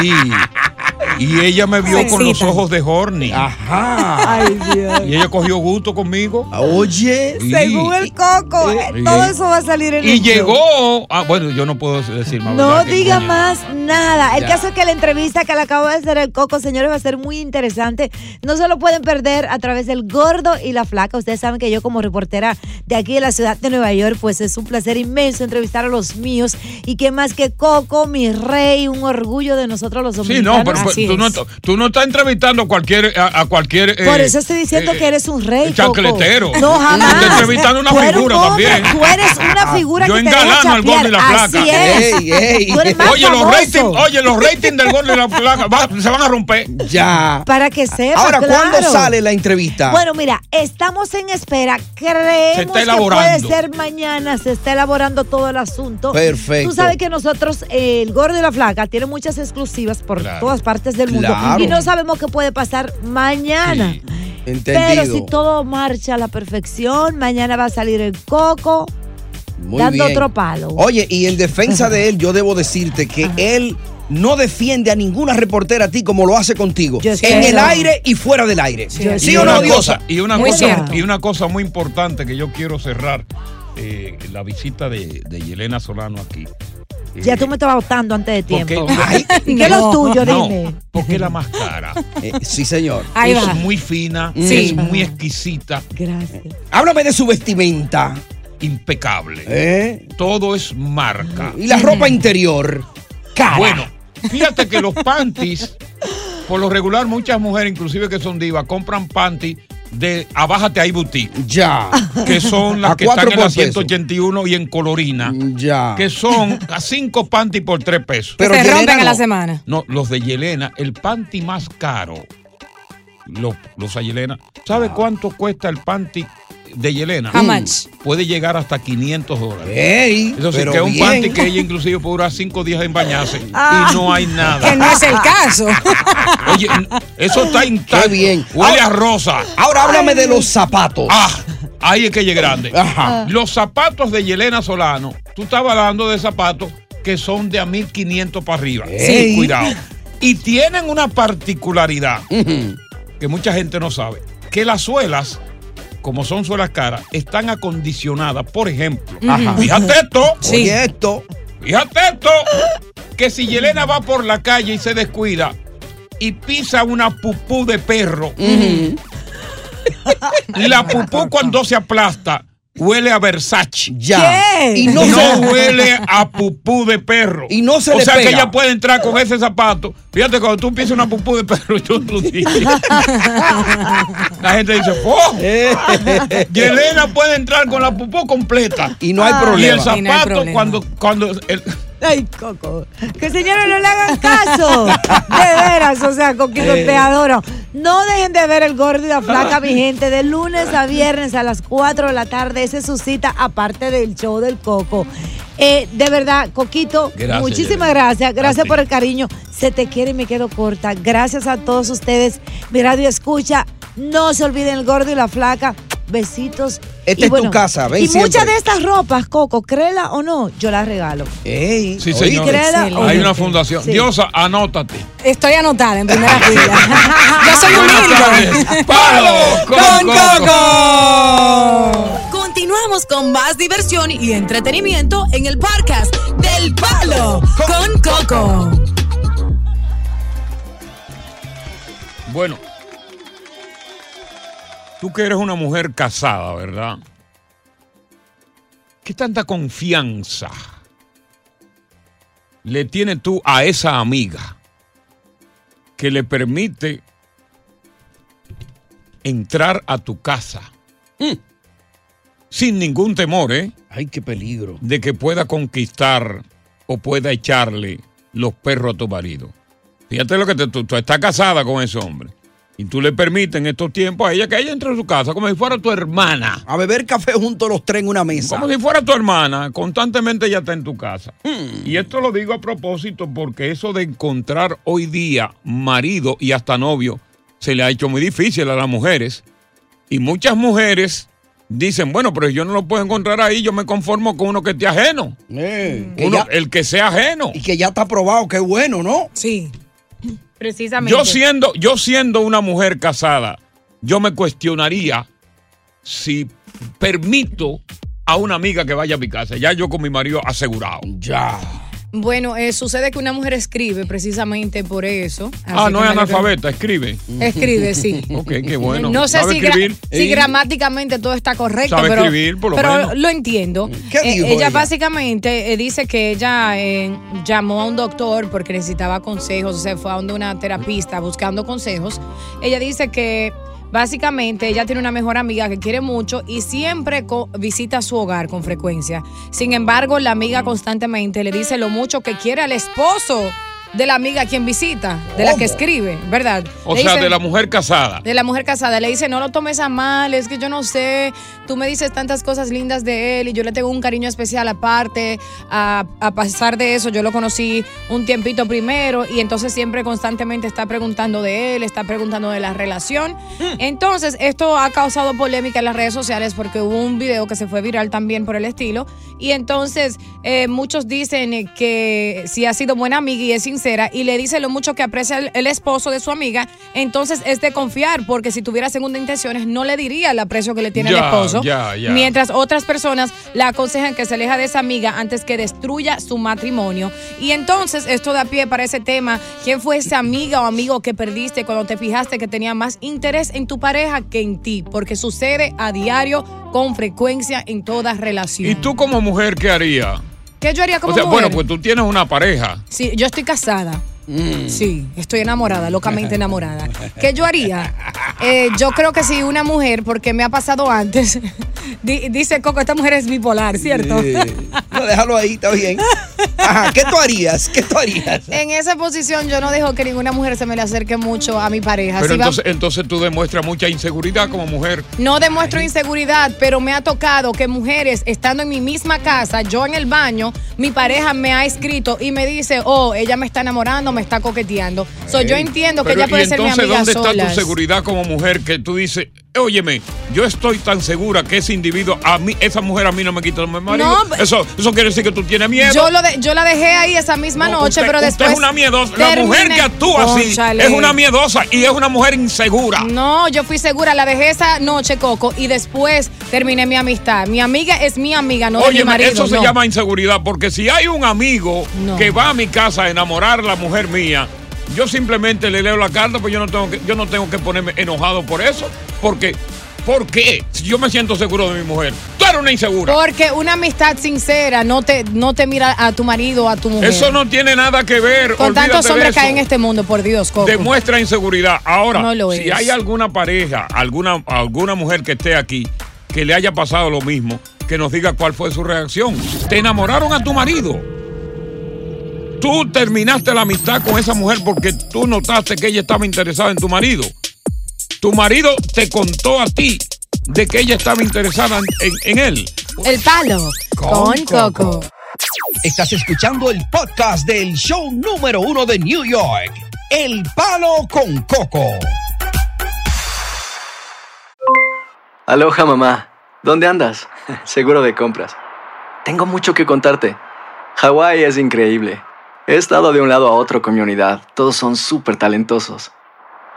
[SPEAKER 1] Y ella me vio
[SPEAKER 3] Se
[SPEAKER 1] con los
[SPEAKER 3] excitan.
[SPEAKER 1] ojos de horny. Ajá.
[SPEAKER 5] Ay, Dios.
[SPEAKER 1] Y ella cogió gusto conmigo.
[SPEAKER 3] Ah, Oye.
[SPEAKER 1] Sí.
[SPEAKER 5] Según el coco, eh,
[SPEAKER 1] Sí.
[SPEAKER 5] todo eso va a salir en
[SPEAKER 1] Y
[SPEAKER 5] el show.
[SPEAKER 1] llegó. Ah, bueno, yo no puedo decir más.
[SPEAKER 5] No
[SPEAKER 1] ¿verdad? Que
[SPEAKER 5] diga
[SPEAKER 1] coño.
[SPEAKER 5] más nada. El
[SPEAKER 1] Ya.
[SPEAKER 5] caso es que la entrevista que le acabo de hacer al Coco, señores, va a ser muy interesante. No se lo pueden perder a través del Gordo y la Flaca. Ustedes saben que yo como reportera de aquí de la ciudad de Nueva York, pues es un placer inmenso entrevistar a los míos. Y qué más que Coco, mi rey, un orgullo de nosotros los
[SPEAKER 1] Sí,
[SPEAKER 5] dominicanos.
[SPEAKER 1] no, pero pero tú no, tú no estás entrevistando a cualquier. A, a cualquier eh,
[SPEAKER 5] Por eso estoy diciendo
[SPEAKER 1] eh,
[SPEAKER 5] que eres un rey.
[SPEAKER 1] chancletero.
[SPEAKER 5] Coco. No, jamás.
[SPEAKER 1] Estoy entrevistando una
[SPEAKER 5] Tú eres
[SPEAKER 1] figura
[SPEAKER 5] un hombre,
[SPEAKER 1] también. Ah,
[SPEAKER 5] Tú eres una figura
[SPEAKER 1] Yo
[SPEAKER 5] que te deja
[SPEAKER 1] engalano al gordo y la
[SPEAKER 5] chapear.
[SPEAKER 1] placa.
[SPEAKER 5] Así es. Tú eres más
[SPEAKER 1] Oye, los
[SPEAKER 5] famoso.
[SPEAKER 1] ratings, oye, los ratings del gordo y la placa va- se van a romper.
[SPEAKER 3] Ya.
[SPEAKER 5] Para que sepa.
[SPEAKER 3] Ahora,
[SPEAKER 5] claro.
[SPEAKER 3] ¿cuándo sale la entrevista?
[SPEAKER 5] Bueno, mira, estamos en espera.
[SPEAKER 3] Se
[SPEAKER 5] Creemos
[SPEAKER 3] está
[SPEAKER 5] que puede
[SPEAKER 3] elaborando.
[SPEAKER 5] ser mañana. Se está elaborando todo el asunto.
[SPEAKER 3] Perfecto.
[SPEAKER 5] Tú sabes que nosotros, eh, el Gordo y la Flaca, tiene muchas exclusivas por
[SPEAKER 3] Claro.
[SPEAKER 5] todas partes del mundo.
[SPEAKER 3] Claro.
[SPEAKER 5] Y no sabemos qué puede pasar mañana.
[SPEAKER 3] Entendido.
[SPEAKER 5] Pero si todo marcha a la perfección, mañana va a salir el coco
[SPEAKER 3] Muy
[SPEAKER 5] dando
[SPEAKER 3] bien.
[SPEAKER 5] otro palo.
[SPEAKER 3] Oye, y en defensa de él, yo debo decirte que él no defiende a ninguna reportera a ti como lo hace contigo. En
[SPEAKER 1] espero.
[SPEAKER 3] el aire y fuera del aire. ¿Sí
[SPEAKER 1] Y
[SPEAKER 3] o
[SPEAKER 1] una
[SPEAKER 3] no,
[SPEAKER 1] cosa-
[SPEAKER 3] Diosa?
[SPEAKER 1] Y una,
[SPEAKER 3] Muy
[SPEAKER 1] cosa,
[SPEAKER 3] cierto.
[SPEAKER 1] y una cosa muy importante que yo quiero cerrar eh, la visita de, de Yelena Solano aquí. Eh,
[SPEAKER 5] Ya tú me estabas votando antes de
[SPEAKER 1] porque-
[SPEAKER 5] tiempo. ¿Qué es lo
[SPEAKER 1] No.
[SPEAKER 5] tuyo?
[SPEAKER 1] No,
[SPEAKER 5] Dime.
[SPEAKER 1] porque la más cara.
[SPEAKER 3] Eh, sí, señor.
[SPEAKER 5] Ahí
[SPEAKER 1] es
[SPEAKER 5] va.
[SPEAKER 1] muy fina,
[SPEAKER 3] Sí.
[SPEAKER 1] es muy exquisita.
[SPEAKER 5] Gracias.
[SPEAKER 3] Háblame de su vestimenta.
[SPEAKER 1] Impecable.
[SPEAKER 3] ¿Eh?
[SPEAKER 1] Todo es marca.
[SPEAKER 3] Y la ropa interior. Cara.
[SPEAKER 1] Bueno, fíjate que los panties, por lo regular, muchas mujeres, inclusive que son divas, compran panties de Abájate ahí Boutique.
[SPEAKER 3] Ya.
[SPEAKER 1] Que son las
[SPEAKER 3] A
[SPEAKER 1] que están
[SPEAKER 3] cuatro
[SPEAKER 1] en la
[SPEAKER 3] por peso.
[SPEAKER 1] 181 y en Colorina.
[SPEAKER 3] Ya.
[SPEAKER 1] Que son a cinco panties por tres pesos.
[SPEAKER 2] Que se rompen a la semana.
[SPEAKER 1] No, los de Yelena, el panty más caro, los, los a Yelena. ¿Sabe cuánto cuesta el panty de Yelena?
[SPEAKER 2] How much?
[SPEAKER 1] Puede llegar hasta 500 dólares.
[SPEAKER 3] Mm. Ey,
[SPEAKER 1] Eso sí,
[SPEAKER 3] pero
[SPEAKER 1] que es un
[SPEAKER 3] bien.
[SPEAKER 1] panty que ella inclusive puede durar cinco días en bañarse
[SPEAKER 2] Ah.
[SPEAKER 1] y no hay nada.
[SPEAKER 2] Que no es el caso.
[SPEAKER 1] Oye, eso está intacto. bien. Huele a rosa.
[SPEAKER 3] Ahora háblame de los zapatos.
[SPEAKER 1] Ah, Ahí es que ella es grande.
[SPEAKER 3] Ajá.
[SPEAKER 1] Los zapatos de Yelena Solano, tú estabas hablando de zapatos que son de a 1500 para arriba.
[SPEAKER 3] Ey.
[SPEAKER 1] Cuidado. Y tienen una particularidad que mucha gente no sabe, que las suelas, como son suelas caras, están acondicionadas, por ejemplo,
[SPEAKER 3] Ajá.
[SPEAKER 1] fíjate esto,
[SPEAKER 3] Sí. Oye,
[SPEAKER 1] esto, fíjate esto, que si Yelena va por la calle y se descuida y pisa una pupú de perro, la pupú cuando se aplasta huele a Versace.
[SPEAKER 3] Ya. ¿Qué?
[SPEAKER 1] Y no, se... huele a pupú de perro. Y no
[SPEAKER 3] se
[SPEAKER 1] O
[SPEAKER 3] le
[SPEAKER 1] sea que
[SPEAKER 3] pega.
[SPEAKER 1] ella puede entrar con ese zapato. Fíjate, cuando tú pisas una pupú de perro y tú tú dices- La gente dice, ¡oh! Yelena puede entrar con la pupú completa. Y
[SPEAKER 3] no hay problema. Ah.
[SPEAKER 1] Y el
[SPEAKER 3] Y no hay
[SPEAKER 1] zapato
[SPEAKER 3] problema.
[SPEAKER 1] cuando... cuando el-
[SPEAKER 5] Ay, Coco. Que señores no le hagan caso. De veras, o sea, Coquito,
[SPEAKER 1] Eh.
[SPEAKER 5] te adoro. No dejen de ver el gordo y la flaca, mi gente, de lunes a viernes a las 4 de la tarde. Esa es su cita, aparte del show del Coco. Eh, de verdad, Coquito,
[SPEAKER 7] Gracias,
[SPEAKER 5] muchísimas
[SPEAKER 7] Yelena.
[SPEAKER 5] gracias. Gracias
[SPEAKER 7] A ti.
[SPEAKER 5] por el cariño. Se te quiere y me quedo corta. Gracias a todos ustedes. Mi radio escucha. No se olviden el gordo y la flaca. Besitos.
[SPEAKER 3] Esta
[SPEAKER 5] Y
[SPEAKER 3] es tu casa, ven
[SPEAKER 5] Y muchas
[SPEAKER 3] siempre.
[SPEAKER 5] de estas ropas, Coco, créela o no, yo las regalo.
[SPEAKER 1] Sí,
[SPEAKER 3] oíste.
[SPEAKER 1] señor.
[SPEAKER 5] Créela,
[SPEAKER 1] Hay
[SPEAKER 5] oíste.
[SPEAKER 1] una fundación.
[SPEAKER 5] Sí.
[SPEAKER 1] Diosa, anótate.
[SPEAKER 2] Estoy anotada en primera fila. Yo soy humilde.
[SPEAKER 1] ¡Palo con
[SPEAKER 2] Coco! Continuamos con más diversión y entretenimiento en el podcast del Palo con Coco.
[SPEAKER 1] Bueno, tú que eres una mujer casada, ¿verdad? ¿Qué tanta confianza le tienes tú a esa amiga que le permite entrar a tu casa sin ningún temor, ¿eh? Mm. Ay, qué peligro. De que pueda conquistar o pueda echarle los perros a tu marido. Fíjate lo que te, tú, tú estás casada con ese hombre. Y tú le permites en estos tiempos a ella que ella entre a su casa como si fuera tu hermana. A beber café junto los tres en una mesa. Como si fuera tu hermana. Constantemente ella está en tu casa. Y esto lo digo a propósito porque eso de encontrar hoy día marido y hasta novio se le ha hecho muy difícil a las mujeres. Y muchas mujeres dicen, bueno, pero yo no lo puedo encontrar ahí, yo me conformo con uno que esté ajeno. Uno- el que sea ajeno. Y que ya está probado, qué bueno, ¿no?
[SPEAKER 2] Sí.
[SPEAKER 7] Precisamente.
[SPEAKER 1] Yo siendo, yo siendo una mujer casada, yo me cuestionaría si permito a una amiga que vaya a mi casa. Ya yo con mi marido asegurado. Ya.
[SPEAKER 7] Bueno, eh, sucede que una mujer escribe precisamente por eso.
[SPEAKER 1] Ah,
[SPEAKER 7] Así
[SPEAKER 1] no
[SPEAKER 7] que
[SPEAKER 1] es
[SPEAKER 7] me lo-
[SPEAKER 1] analfabeta, escribe.
[SPEAKER 7] Escribe, sí.
[SPEAKER 1] Ok, qué bueno.
[SPEAKER 7] No sé
[SPEAKER 1] ¿Sabe
[SPEAKER 7] si, gra-
[SPEAKER 1] escribir?
[SPEAKER 7] si gramáticamente todo está correcto,
[SPEAKER 1] Sabe
[SPEAKER 7] pero,
[SPEAKER 1] escribir, por lo
[SPEAKER 7] pero
[SPEAKER 1] menos. Mm.
[SPEAKER 7] lo entiendo.
[SPEAKER 1] ¿Qué
[SPEAKER 7] Eh,
[SPEAKER 1] dijo
[SPEAKER 7] ella,
[SPEAKER 1] ella?
[SPEAKER 7] básicamente eh, dice que ella eh, llamó a un doctor porque necesitaba consejos, se fue a donde una terapista buscando consejos. Ella dice que básicamente ella tiene una mejor amiga que quiere mucho y siempre co- visita su hogar con frecuencia. Sin embargo, la amiga constantemente le dice lo mucho que quiere al esposo de la amiga a quien visita, de la que escribe, ¿verdad?
[SPEAKER 1] O
[SPEAKER 7] Le
[SPEAKER 1] sea,
[SPEAKER 7] dice-
[SPEAKER 1] de la mujer casada.
[SPEAKER 7] de la mujer casada. Le dice, no lo tomes a mal, es que yo no sé, tú me dices tantas cosas lindas de él y yo le tengo un cariño especial aparte. A, a pasar de eso, yo lo conocí un tiempito primero y entonces siempre constantemente está preguntando de él, está preguntando de la relación. Entonces, esto ha causado polémica en las redes sociales porque hubo un video que se fue viral también por el estilo. Y entonces, eh, muchos dicen eh, que si ha sido buena amiga y es sincera y le dice lo mucho que aprecia el, el esposo de su amiga, entonces es de confiar, porque si tuviera segunda intenciones no le diría el aprecio que le tiene el
[SPEAKER 1] Ya,
[SPEAKER 7] esposo.
[SPEAKER 1] ya, ya.
[SPEAKER 7] Mientras otras personas la aconsejan que se aleja de esa amiga antes que destruya su matrimonio. Y entonces esto da pie para ese tema, ¿quién fue esa amiga o amigo que perdiste cuando te fijaste que tenía más interés en tu pareja que en ti? Porque sucede a diario con frecuencia en toda relación.
[SPEAKER 1] ¿Y tú como mujer qué harías?
[SPEAKER 7] ¿Qué yo haría Ah, como
[SPEAKER 1] O sea,
[SPEAKER 7] mujer?
[SPEAKER 1] bueno, pues tú tienes una pareja.
[SPEAKER 7] Sí, yo estoy casada.
[SPEAKER 1] Mm.
[SPEAKER 7] Sí, estoy enamorada, locamente enamorada. ¿Qué yo haría? Eh, yo creo que si una mujer, porque me ha pasado antes, di- dice Coco, esta mujer es bipolar, ¿cierto?
[SPEAKER 3] No, déjalo ahí, está bien. Ajá, ¿qué tú harías? ¿Qué tú harías?
[SPEAKER 7] en esa posición yo no dejo que ninguna mujer se me le acerque mucho a mi pareja.
[SPEAKER 1] Pero
[SPEAKER 7] Si va-
[SPEAKER 1] entonces, eh, entonces tú demuestras mucha inseguridad como mujer.
[SPEAKER 7] No demuestro inseguridad, pero me ha tocado que mujeres estando en mi misma casa, yo en el baño, mi pareja me ha escrito y me dice, oh, ella me está enamorando, me está coqueteando. So, yo entiendo que
[SPEAKER 1] Pero,
[SPEAKER 7] ella puede
[SPEAKER 1] ¿y
[SPEAKER 7] ser mi
[SPEAKER 1] entonces
[SPEAKER 7] amiga
[SPEAKER 1] dónde está
[SPEAKER 7] solas.
[SPEAKER 1] tu seguridad como mujer que tú dices, Óyeme, yo estoy tan segura que ese individuo, a mí, esa mujer a mí no me quita mi marido.
[SPEAKER 7] No,
[SPEAKER 1] eso, eso quiere decir que tú tienes miedo.
[SPEAKER 7] Yo, lo de- yo la dejé ahí esa misma noche,
[SPEAKER 1] Usted-
[SPEAKER 7] pero
[SPEAKER 1] usted
[SPEAKER 7] después.
[SPEAKER 1] es una miedosa. La mujer
[SPEAKER 7] terminé-
[SPEAKER 1] que actúa así
[SPEAKER 7] Cónchale.
[SPEAKER 1] es una miedosa y es una mujer insegura.
[SPEAKER 7] No, yo fui segura, la dejé esa noche, Coco, y después terminé mi amistad. Mi amiga es mi amiga, no de mi
[SPEAKER 1] Óyeme,
[SPEAKER 7] marido.
[SPEAKER 1] eso se
[SPEAKER 7] no.
[SPEAKER 1] llama inseguridad, porque si hay un amigo que va a mi casa a enamorar a la mujer mía, yo simplemente le leo la carta, pues yo no tengo que, yo no tengo que ponerme enojado por eso, porque ¿por qué? Si yo me siento seguro de mi mujer, tú eres una insegura.
[SPEAKER 7] Porque una amistad sincera no te, no te mira a tu marido o a tu mujer.
[SPEAKER 1] Eso no tiene nada que ver
[SPEAKER 7] Con tantos
[SPEAKER 1] olvídate de
[SPEAKER 7] hombres que
[SPEAKER 1] eso.
[SPEAKER 7] hay en este mundo, por Dios, Coco.
[SPEAKER 1] demuestra inseguridad. Ahora,
[SPEAKER 7] No lo
[SPEAKER 1] si
[SPEAKER 7] es.
[SPEAKER 1] hay alguna pareja, alguna, alguna mujer que esté aquí, que le haya pasado lo mismo, que nos diga cuál fue su reacción. Te enamoraron a tu marido. Tú terminaste la amistad con esa mujer porque tú notaste que ella estaba interesada en tu marido. Tu marido te contó a ti de que ella estaba interesada en- en- en él.
[SPEAKER 7] El palo
[SPEAKER 1] con
[SPEAKER 7] Coco.
[SPEAKER 3] Estás escuchando el podcast del show número uno de New York, El Palo con Coco.
[SPEAKER 6] Aloha mamá, ¿dónde andas? Seguro de compras. Tengo mucho que contarte. Hawái es increíble. He estado de un lado a otro con mi unidad. Todos son súper talentosos.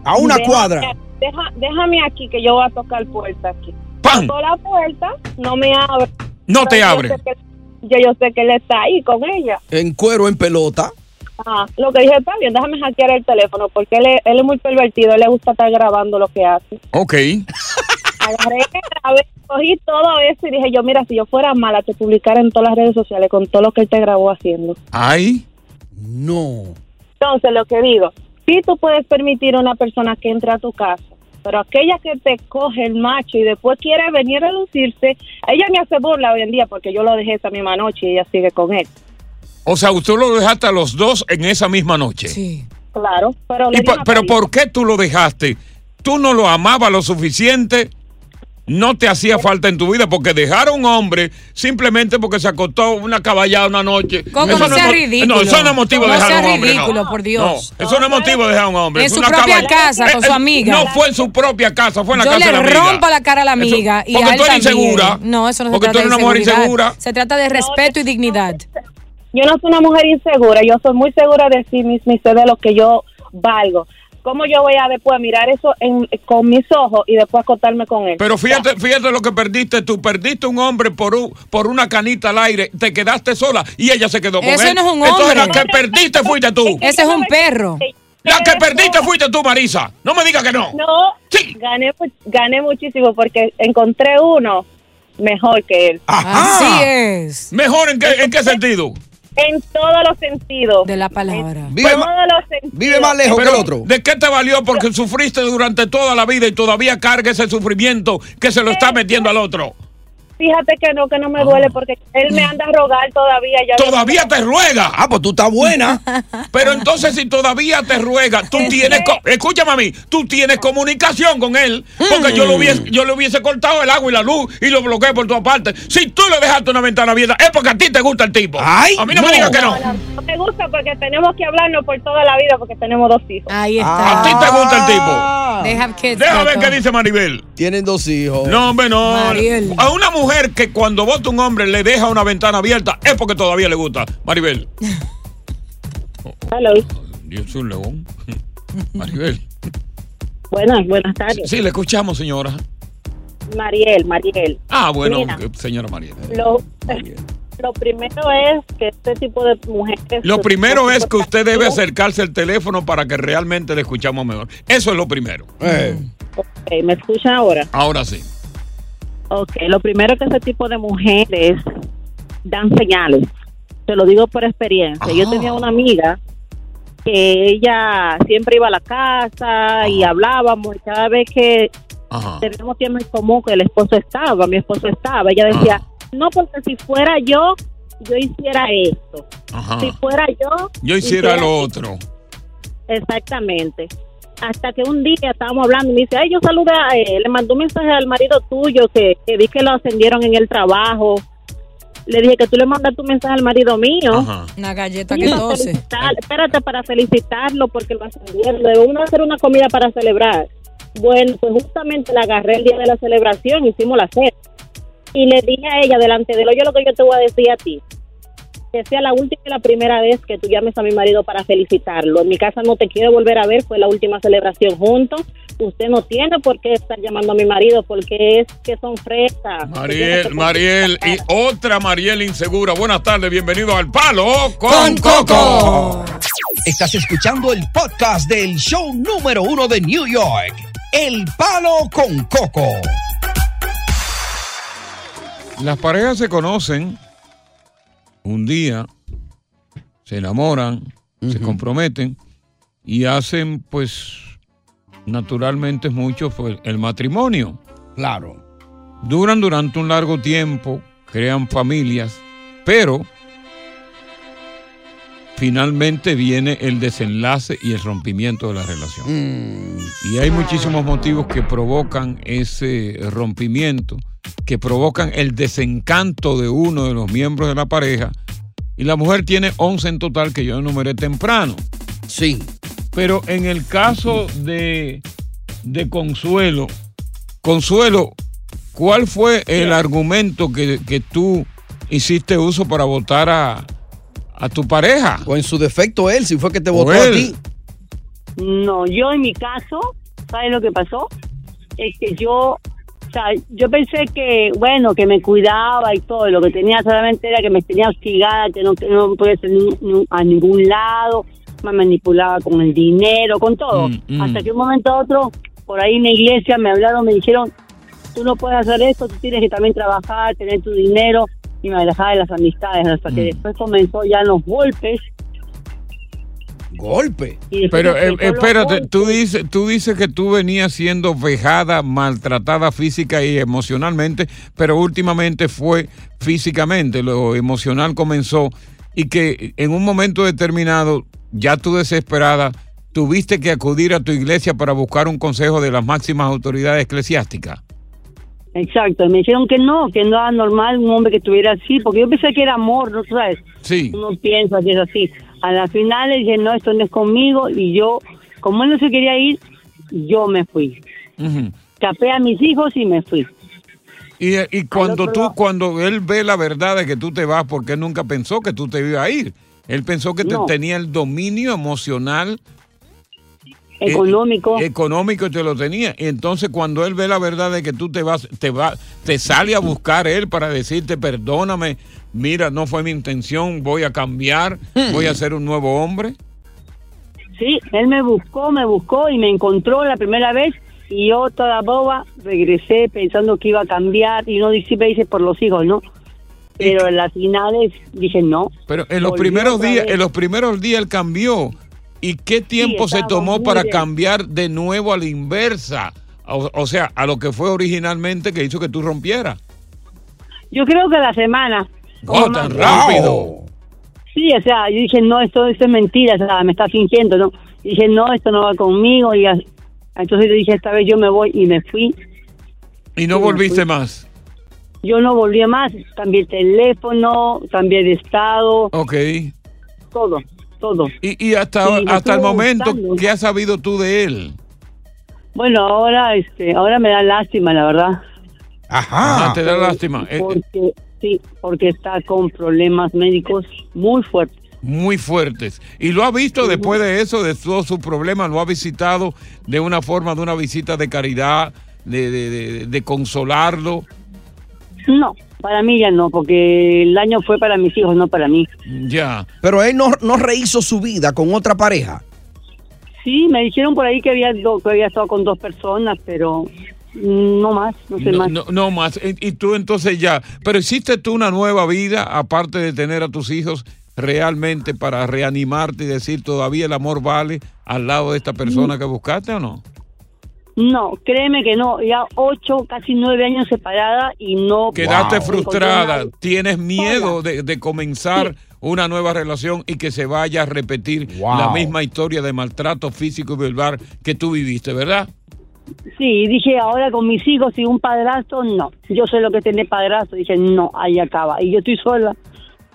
[SPEAKER 1] A
[SPEAKER 8] Déjame- deja- déjame aquí que yo voy a tocar puerta aquí.
[SPEAKER 1] ¡Pam!
[SPEAKER 8] Toco la puerta, no me abre.
[SPEAKER 1] No te
[SPEAKER 8] Pero yo
[SPEAKER 1] abre.
[SPEAKER 8] sé que- Yo, yo sé que él está ahí con ella.
[SPEAKER 3] En cuero, en pelota.
[SPEAKER 8] Ah, lo que dije, está bien, déjame hackear el teléfono porque él es, él es muy pervertido, él le gusta estar grabando lo que hace.
[SPEAKER 1] Ok.
[SPEAKER 8] Agarré, grabé, cogí todo eso y dije yo, mira, si yo fuera mala, te publicara en todas las redes sociales con todo lo que él te grabó haciendo.
[SPEAKER 1] Ay, no.
[SPEAKER 8] Entonces, lo que digo, sí tú puedes permitir a una persona que entre a tu casa, pero aquella que te coge el macho y después quiere venir a lucirse, ella me hace burla hoy en día porque yo lo dejé esa misma noche y ella sigue con él.
[SPEAKER 1] O sea, usted lo dejaste a los dos en esa misma noche.
[SPEAKER 8] Sí. Claro, pero le
[SPEAKER 1] Y
[SPEAKER 8] di
[SPEAKER 1] po-
[SPEAKER 8] una
[SPEAKER 1] pero
[SPEAKER 8] paliza.
[SPEAKER 1] ¿por qué tú lo dejaste? ¿Tú no lo amabas lo suficiente? ¿No te hacía falta en tu vida? Porque dejar a un hombre simplemente porque se acostó una caballada una noche.
[SPEAKER 7] Coco, no
[SPEAKER 1] no
[SPEAKER 7] sea
[SPEAKER 1] es mo-
[SPEAKER 7] ridículo.
[SPEAKER 1] No, eso no es motivo
[SPEAKER 7] No
[SPEAKER 1] de dejar a un
[SPEAKER 7] sea
[SPEAKER 1] hombre. no.
[SPEAKER 7] ridículo, por Dios.
[SPEAKER 1] No, eso no es motivo de dejar a un hombre.
[SPEAKER 7] En
[SPEAKER 1] Es
[SPEAKER 7] su
[SPEAKER 1] una
[SPEAKER 7] propia
[SPEAKER 1] caballa-
[SPEAKER 7] casa, con su
[SPEAKER 1] Eh, eh,
[SPEAKER 7] amiga.
[SPEAKER 1] No fue en su propia casa, fue en la
[SPEAKER 7] Yo
[SPEAKER 1] casa de
[SPEAKER 7] le
[SPEAKER 1] la amiga.
[SPEAKER 7] rompo la cara a la amiga.
[SPEAKER 1] Eso-
[SPEAKER 7] y
[SPEAKER 1] porque
[SPEAKER 7] a él
[SPEAKER 1] tú eres
[SPEAKER 7] también.
[SPEAKER 1] insegura.
[SPEAKER 7] No, eso no
[SPEAKER 1] Porque
[SPEAKER 7] se
[SPEAKER 1] tú
[SPEAKER 7] trata
[SPEAKER 1] eres
[SPEAKER 7] de
[SPEAKER 1] una mujer
[SPEAKER 7] inseguridad.
[SPEAKER 1] insegura.
[SPEAKER 7] Se trata de respeto y dignidad.
[SPEAKER 8] Yo no soy una mujer insegura, yo soy muy segura de sí misma y sé de lo que yo valgo. ¿Cómo yo voy a después mirar eso en- con mis ojos y después acostarme con él?
[SPEAKER 1] Pero fíjate, fíjate lo que perdiste tú. Perdiste un hombre por, un- por una canita al aire. Te quedaste sola y ella se quedó con
[SPEAKER 7] Eso
[SPEAKER 1] él.
[SPEAKER 7] no es un
[SPEAKER 1] Entonces,
[SPEAKER 7] hombre.
[SPEAKER 1] la que perdiste fuiste tú.
[SPEAKER 7] Ese es un perro.
[SPEAKER 1] La que perdiste fuiste tú, Marisa. No me digas que no.
[SPEAKER 8] No, gané, mu- gané muchísimo porque encontré uno mejor que él.
[SPEAKER 7] Así es.
[SPEAKER 1] ¿Mejor en qué, en qué sentido?
[SPEAKER 8] En todos los sentidos. De
[SPEAKER 7] la palabra.
[SPEAKER 1] Vive
[SPEAKER 8] en
[SPEAKER 1] ma-
[SPEAKER 8] todos los sentidos.
[SPEAKER 1] Pero, ¿De qué te valió? Porque sufriste durante toda la vida y todavía carga ese sufrimiento que se lo está metiendo al otro.
[SPEAKER 8] Fíjate que no, que no me duele porque él me anda a rogar todavía. Ya
[SPEAKER 1] Ah. Todavía te ruega.
[SPEAKER 3] Ah, pues tú estás buena.
[SPEAKER 1] Pero entonces si todavía te ruega, tú tienes, co- escúchame a mí, tú tienes comunicación con él, porque yo, lo hubiese, yo le hubiese cortado el agua y la luz y lo bloqueé por todas partes. Si tú le dejaste una ventana abierta, es porque a ti te gusta el tipo. a mí no, me digas que no.
[SPEAKER 8] No me gusta porque tenemos que hablarnos por toda la vida porque tenemos dos hijos.
[SPEAKER 7] Ahí
[SPEAKER 1] A ti te gusta Ah. el tipo.
[SPEAKER 7] Deja que
[SPEAKER 1] Deja ver qué dice Maribel.
[SPEAKER 9] Tienen dos hijos.
[SPEAKER 1] No, hombre, no.
[SPEAKER 7] Mariel.
[SPEAKER 1] A una mujer que cuando vota un hombre le deja una ventana abierta es porque todavía le gusta. Maribel.
[SPEAKER 8] Hello.
[SPEAKER 1] Dios un león. Maribel.
[SPEAKER 8] Buenas, buenas tardes.
[SPEAKER 1] Sí, le escuchamos, señora.
[SPEAKER 8] Mariel, Mariel.
[SPEAKER 1] Ah, bueno,
[SPEAKER 8] Mira,
[SPEAKER 1] señora Mariel.
[SPEAKER 8] lo, lo primero es que este tipo de mujeres... este
[SPEAKER 1] Lo primero es que usted debe
[SPEAKER 8] hacer
[SPEAKER 1] acercarse al teléfono para que realmente le escuchamos mejor. Eso es lo primero.
[SPEAKER 8] Ok, ¿me escuchan ahora?
[SPEAKER 1] Ahora sí.
[SPEAKER 8] Ok, lo primero es que ese tipo de mujeres dan señales. Te lo digo por experiencia.
[SPEAKER 1] Ah.
[SPEAKER 8] Yo tenía una amiga que ella siempre iba a la casa y hablábamos. y Cada vez que teníamos tiempo en común que el esposo estaba, mi esposo estaba, ella decía, no, porque si fuera yo, yo hiciera esto.
[SPEAKER 1] Ajá.
[SPEAKER 8] Si fuera yo,
[SPEAKER 1] Yo hiciera
[SPEAKER 8] hiciera
[SPEAKER 1] lo otro.
[SPEAKER 8] Exactamente. Hasta que un día estábamos hablando y me dice, ay, yo saludé a él, le mandó un mensaje al marido tuyo que, que vi que lo ascendieron en el trabajo. Le dije que tú le mandaste un mensaje al marido mío.
[SPEAKER 7] Una galleta
[SPEAKER 8] Sí,
[SPEAKER 7] que
[SPEAKER 8] para
[SPEAKER 7] tose.
[SPEAKER 8] felicitar- espérate, para felicitarlo porque lo ascendieron. Le vamos a hacer una comida para celebrar. Bueno, pues justamente la agarré el día de la celebración, hicimos la cena. Y le dije a ella, delante de él, oye lo que yo te voy a decir a ti. Que sea la última y la primera vez que tú llames a mi marido para felicitarlo. En mi casa no te quiero volver a ver, fue la última celebración juntos. Usted no tiene por qué estar llamando a mi marido porque es que son fresas.
[SPEAKER 1] Mariel, Mariel y otra Mariel insegura. Buenas tardes, bienvenido al Palo con,
[SPEAKER 3] Coco. Estás escuchando el podcast del show número uno de New York, El Palo con Coco.
[SPEAKER 1] Las parejas se conocen un día, se enamoran, se comprometen y hacen, pues, naturalmente mucho pues, el matrimonio. Claro. Duran durante un largo tiempo, crean familias, pero finalmente viene el desenlace y el rompimiento de la relación. Y hay muchísimos motivos que provocan ese rompimiento, que provocan el desencanto de uno de los miembros de la pareja. Y la mujer tiene 11 en total que yo enumeré temprano. Sí. Pero en el caso de, de Consuelo, Consuelo, ¿cuál fue el argumento que, que tú hiciste uso para votar a, a tu pareja?
[SPEAKER 9] O en su defecto él, si fue que te
[SPEAKER 1] votó
[SPEAKER 9] a ti.
[SPEAKER 10] No, yo en mi caso, ¿sabes lo que pasó? Es que yo O sea, yo pensé que, bueno, que me cuidaba y todo, lo que tenía solamente era que me tenía hostigada, que no, que no podía ser ni- ni- a ningún lado, me manipulaba con el dinero, con todo.
[SPEAKER 11] Mm, mm.
[SPEAKER 10] Hasta que un momento a otro, por ahí en la iglesia me hablaron, me dijeron, tú no puedes hacer esto, tú tienes que también trabajar, tener tu dinero, y me alejaba de las amistades, hasta
[SPEAKER 11] Mm.
[SPEAKER 10] que después comenzó ya los golpes.
[SPEAKER 9] Golpe.
[SPEAKER 10] Y después
[SPEAKER 1] Pero eh,
[SPEAKER 10] empezó los
[SPEAKER 1] espérate,
[SPEAKER 10] golpes.
[SPEAKER 1] tú dices, tú dices que tú venías siendo vejada, maltratada física y emocionalmente, pero últimamente fue físicamente, lo emocional comenzó y que en un momento determinado, ya tú desesperada, tuviste que acudir a tu iglesia para buscar un consejo de las máximas autoridades eclesiásticas.
[SPEAKER 10] Exacto, y me dijeron que no, que no era normal un hombre que estuviera así, porque yo pensé que era amor, ¿no sabes?
[SPEAKER 1] Sí.
[SPEAKER 10] Uno piensa que es así. A la final le dije, no, esto no es conmigo, y yo, como él no se quería ir, yo me fui. Capé a mis hijos y me fui.
[SPEAKER 1] Y, y cuando
[SPEAKER 10] otro
[SPEAKER 1] tú,
[SPEAKER 10] lado.
[SPEAKER 1] cuando él ve la verdad de que tú te vas, porque él nunca pensó que tú te ibas a ir. Él pensó que te-
[SPEAKER 10] No.
[SPEAKER 1] tenía el dominio emocional. eh,
[SPEAKER 10] Económico.
[SPEAKER 1] económico y te lo tenía. Y entonces cuando él ve la verdad de que tú te vas, te va, te sale a buscar él para decirte perdóname, mira, no fue mi intención, voy a cambiar, voy a ser un nuevo hombre.
[SPEAKER 10] Sí, él me buscó, me buscó y me encontró la primera vez, y yo toda boba regresé pensando que iba a cambiar, y uno siempre dice por los hijos, ¿no? Pero a las finales dije, no,
[SPEAKER 1] Pero en los
[SPEAKER 10] Volvió
[SPEAKER 1] primeros
[SPEAKER 10] otra
[SPEAKER 1] días,
[SPEAKER 10] vez.
[SPEAKER 1] en los primeros días él cambió. ¿Y qué tiempo se
[SPEAKER 10] estaba
[SPEAKER 1] tomó
[SPEAKER 10] muy
[SPEAKER 1] para
[SPEAKER 10] bien.
[SPEAKER 1] cambiar de nuevo a la inversa? O, o sea, a lo que fue originalmente que hizo que tú rompieras.
[SPEAKER 10] yo creo que a la semana.
[SPEAKER 1] ¡Oh, tan rápido!
[SPEAKER 10] Sí, o sea, yo dije, no, esto, esto es mentira, o sea, me está fingiendo, ¿no? Y dije, no, esto no va conmigo. Y as- entonces yo dije, esta vez yo me voy y me fui.
[SPEAKER 1] Y no volviste más.
[SPEAKER 10] Yo no volví más, cambié el teléfono, cambié de estado,
[SPEAKER 1] Ok.
[SPEAKER 10] todo, todo.
[SPEAKER 1] Y, y hasta,
[SPEAKER 10] Sí, me
[SPEAKER 1] hasta el
[SPEAKER 10] estuvo
[SPEAKER 1] momento,
[SPEAKER 10] gustando.
[SPEAKER 1] ¿qué has sabido tú de él?
[SPEAKER 10] Bueno, ahora, este, ahora me da lástima, la verdad.
[SPEAKER 1] Ajá. te da
[SPEAKER 10] Pues,
[SPEAKER 1] lástima. Eh,
[SPEAKER 10] Porque, sí, porque está con problemas médicos muy fuertes.
[SPEAKER 1] muy fuertes. ¿Y lo ha visto después de eso, de todos sus problemas? ¿Lo ha visitado de una forma, de una visita de caridad, de, de- de- de consolarlo?
[SPEAKER 10] No, para mí ya no, porque el daño fue para mis hijos, no para mí.
[SPEAKER 1] Ya.
[SPEAKER 9] Pero él no, no rehizo su vida con otra pareja.
[SPEAKER 10] Sí, me dijeron por ahí que había, do- que había estado con dos personas, pero mm, no más, no sé
[SPEAKER 1] No,
[SPEAKER 10] más.
[SPEAKER 1] no- no más. Y, y tú entonces ya. Pero hiciste tú una nueva vida, aparte de tener a tus hijos realmente para reanimarte y decir todavía el amor vale al lado de esta persona que buscaste o no?
[SPEAKER 10] No, créeme que no, ya ocho, casi nueve años separada y no...
[SPEAKER 1] Quedaste
[SPEAKER 10] Wow.
[SPEAKER 1] frustrada, tienes miedo de, de comenzar una nueva relación y que se vaya a repetir la misma historia de maltrato físico y verbal que tú viviste, ¿verdad?
[SPEAKER 10] Sí, dije, ahora con mis hijos y un padrastro, no. Yo sé lo que es tener padrastro, dije, no, ahí acaba. Y yo estoy sola,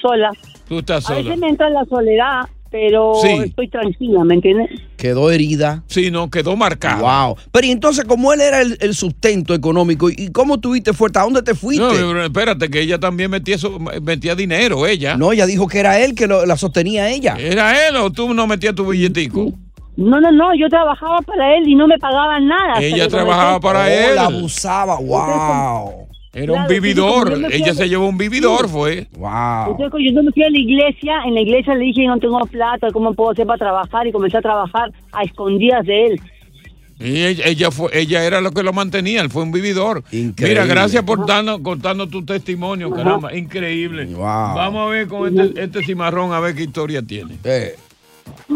[SPEAKER 10] sola.
[SPEAKER 1] Tú estás
[SPEAKER 10] A
[SPEAKER 1] sola.
[SPEAKER 10] veces me entra la soledad, pero
[SPEAKER 1] Sí.
[SPEAKER 10] estoy tranquila, ¿me entiendes?
[SPEAKER 9] Quedó herida.
[SPEAKER 1] Sí, no, quedó marcada.
[SPEAKER 9] Wow. Pero y entonces, como él era el, el sustento económico, ¿y cómo tuviste fuerte? ¿A dónde te fuiste?
[SPEAKER 1] No,
[SPEAKER 9] No,
[SPEAKER 1] pero espérate, que ella también metía, eso- metía dinero, ella.
[SPEAKER 9] ella dijo que era él que lo- la sostenía a ella.
[SPEAKER 1] ¿Era él o tú no metías tu billetico?
[SPEAKER 10] No, no, no, yo trabajaba para él y no me pagaba nada. hasta
[SPEAKER 1] Ella
[SPEAKER 10] que
[SPEAKER 1] trabajaba
[SPEAKER 10] comencé-
[SPEAKER 1] para él.
[SPEAKER 9] Oh, la abusaba. Wow.
[SPEAKER 1] Era un
[SPEAKER 10] Claro, sí,
[SPEAKER 1] vividor.
[SPEAKER 10] como yo me fui
[SPEAKER 1] Ella
[SPEAKER 10] a-
[SPEAKER 1] se llevó un vividor, fue.
[SPEAKER 9] Wow.
[SPEAKER 10] Entonces, cuando yo me fui a la iglesia, en la iglesia le dije, no tengo plata, ¿cómo puedo hacer para trabajar? Y comencé a trabajar a escondidas de él.
[SPEAKER 1] Y ella, ella fue, ella era lo que lo mantenía, él fue un vividor. Mira, gracias por darnos, contarnos tu testimonio, caramba, increíble. Vamos a ver con este, este cimarrón, a ver qué historia tiene.
[SPEAKER 11] ¡Yo,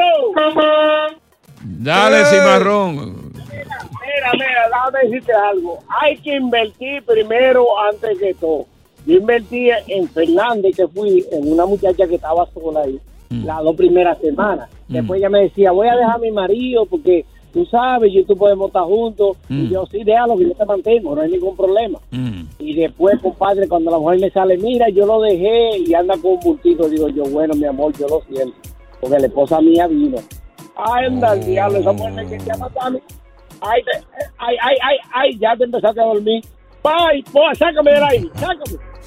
[SPEAKER 11] óyelo!
[SPEAKER 1] Dale,
[SPEAKER 11] Eh.
[SPEAKER 1] cimarrón.
[SPEAKER 11] Mira, mira, déjame decirte algo. Hay que invertir primero antes que todo. Yo invertí en Fernández, que fui en una muchacha que estaba sola ahí
[SPEAKER 1] Mm.
[SPEAKER 11] las dos primeras semanas. Después ella me decía, voy a dejar a mi marido porque tú sabes, yo y tú podemos estar juntos. Y
[SPEAKER 1] Mm.
[SPEAKER 11] yo, sí, déjalo, que yo te mantengo, no hay ningún problema. Y después, compadre, cuando la mujer me sale, mira, yo lo dejé y anda con un bultito, digo yo, bueno, mi amor, yo lo siento, porque la esposa mía vino. Anda, el diablo, esa mujer me quería matar. Ay, te- ay, ay, ay, ay, ya te empezaste a dormir. Bye, po, sácame de ahí, sácame.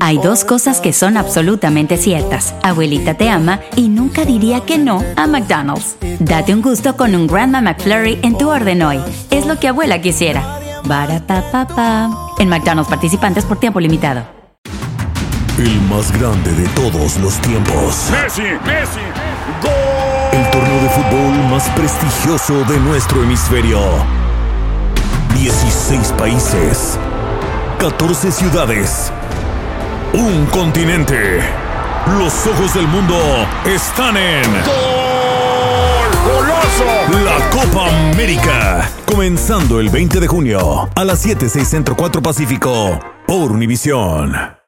[SPEAKER 12] Hay dos cosas que son absolutamente ciertas. Abuelita te ama y nunca diría que no a McDonald's. Date un gusto con un Grandma McFlurry en tu orden hoy. Es lo que abuela quisiera. Barata En McDonald's participantes por tiempo limitado.
[SPEAKER 13] El más grande de todos los tiempos.
[SPEAKER 14] Messi, Messi,
[SPEAKER 13] El torneo de fútbol más prestigioso de nuestro hemisferio. 16 países. 14 ciudades. Un continente. Los ojos del mundo están en. La Copa América. Comenzando el 20 de junio a las 7, 6 Centro 4 Pacífico. Por Univisión.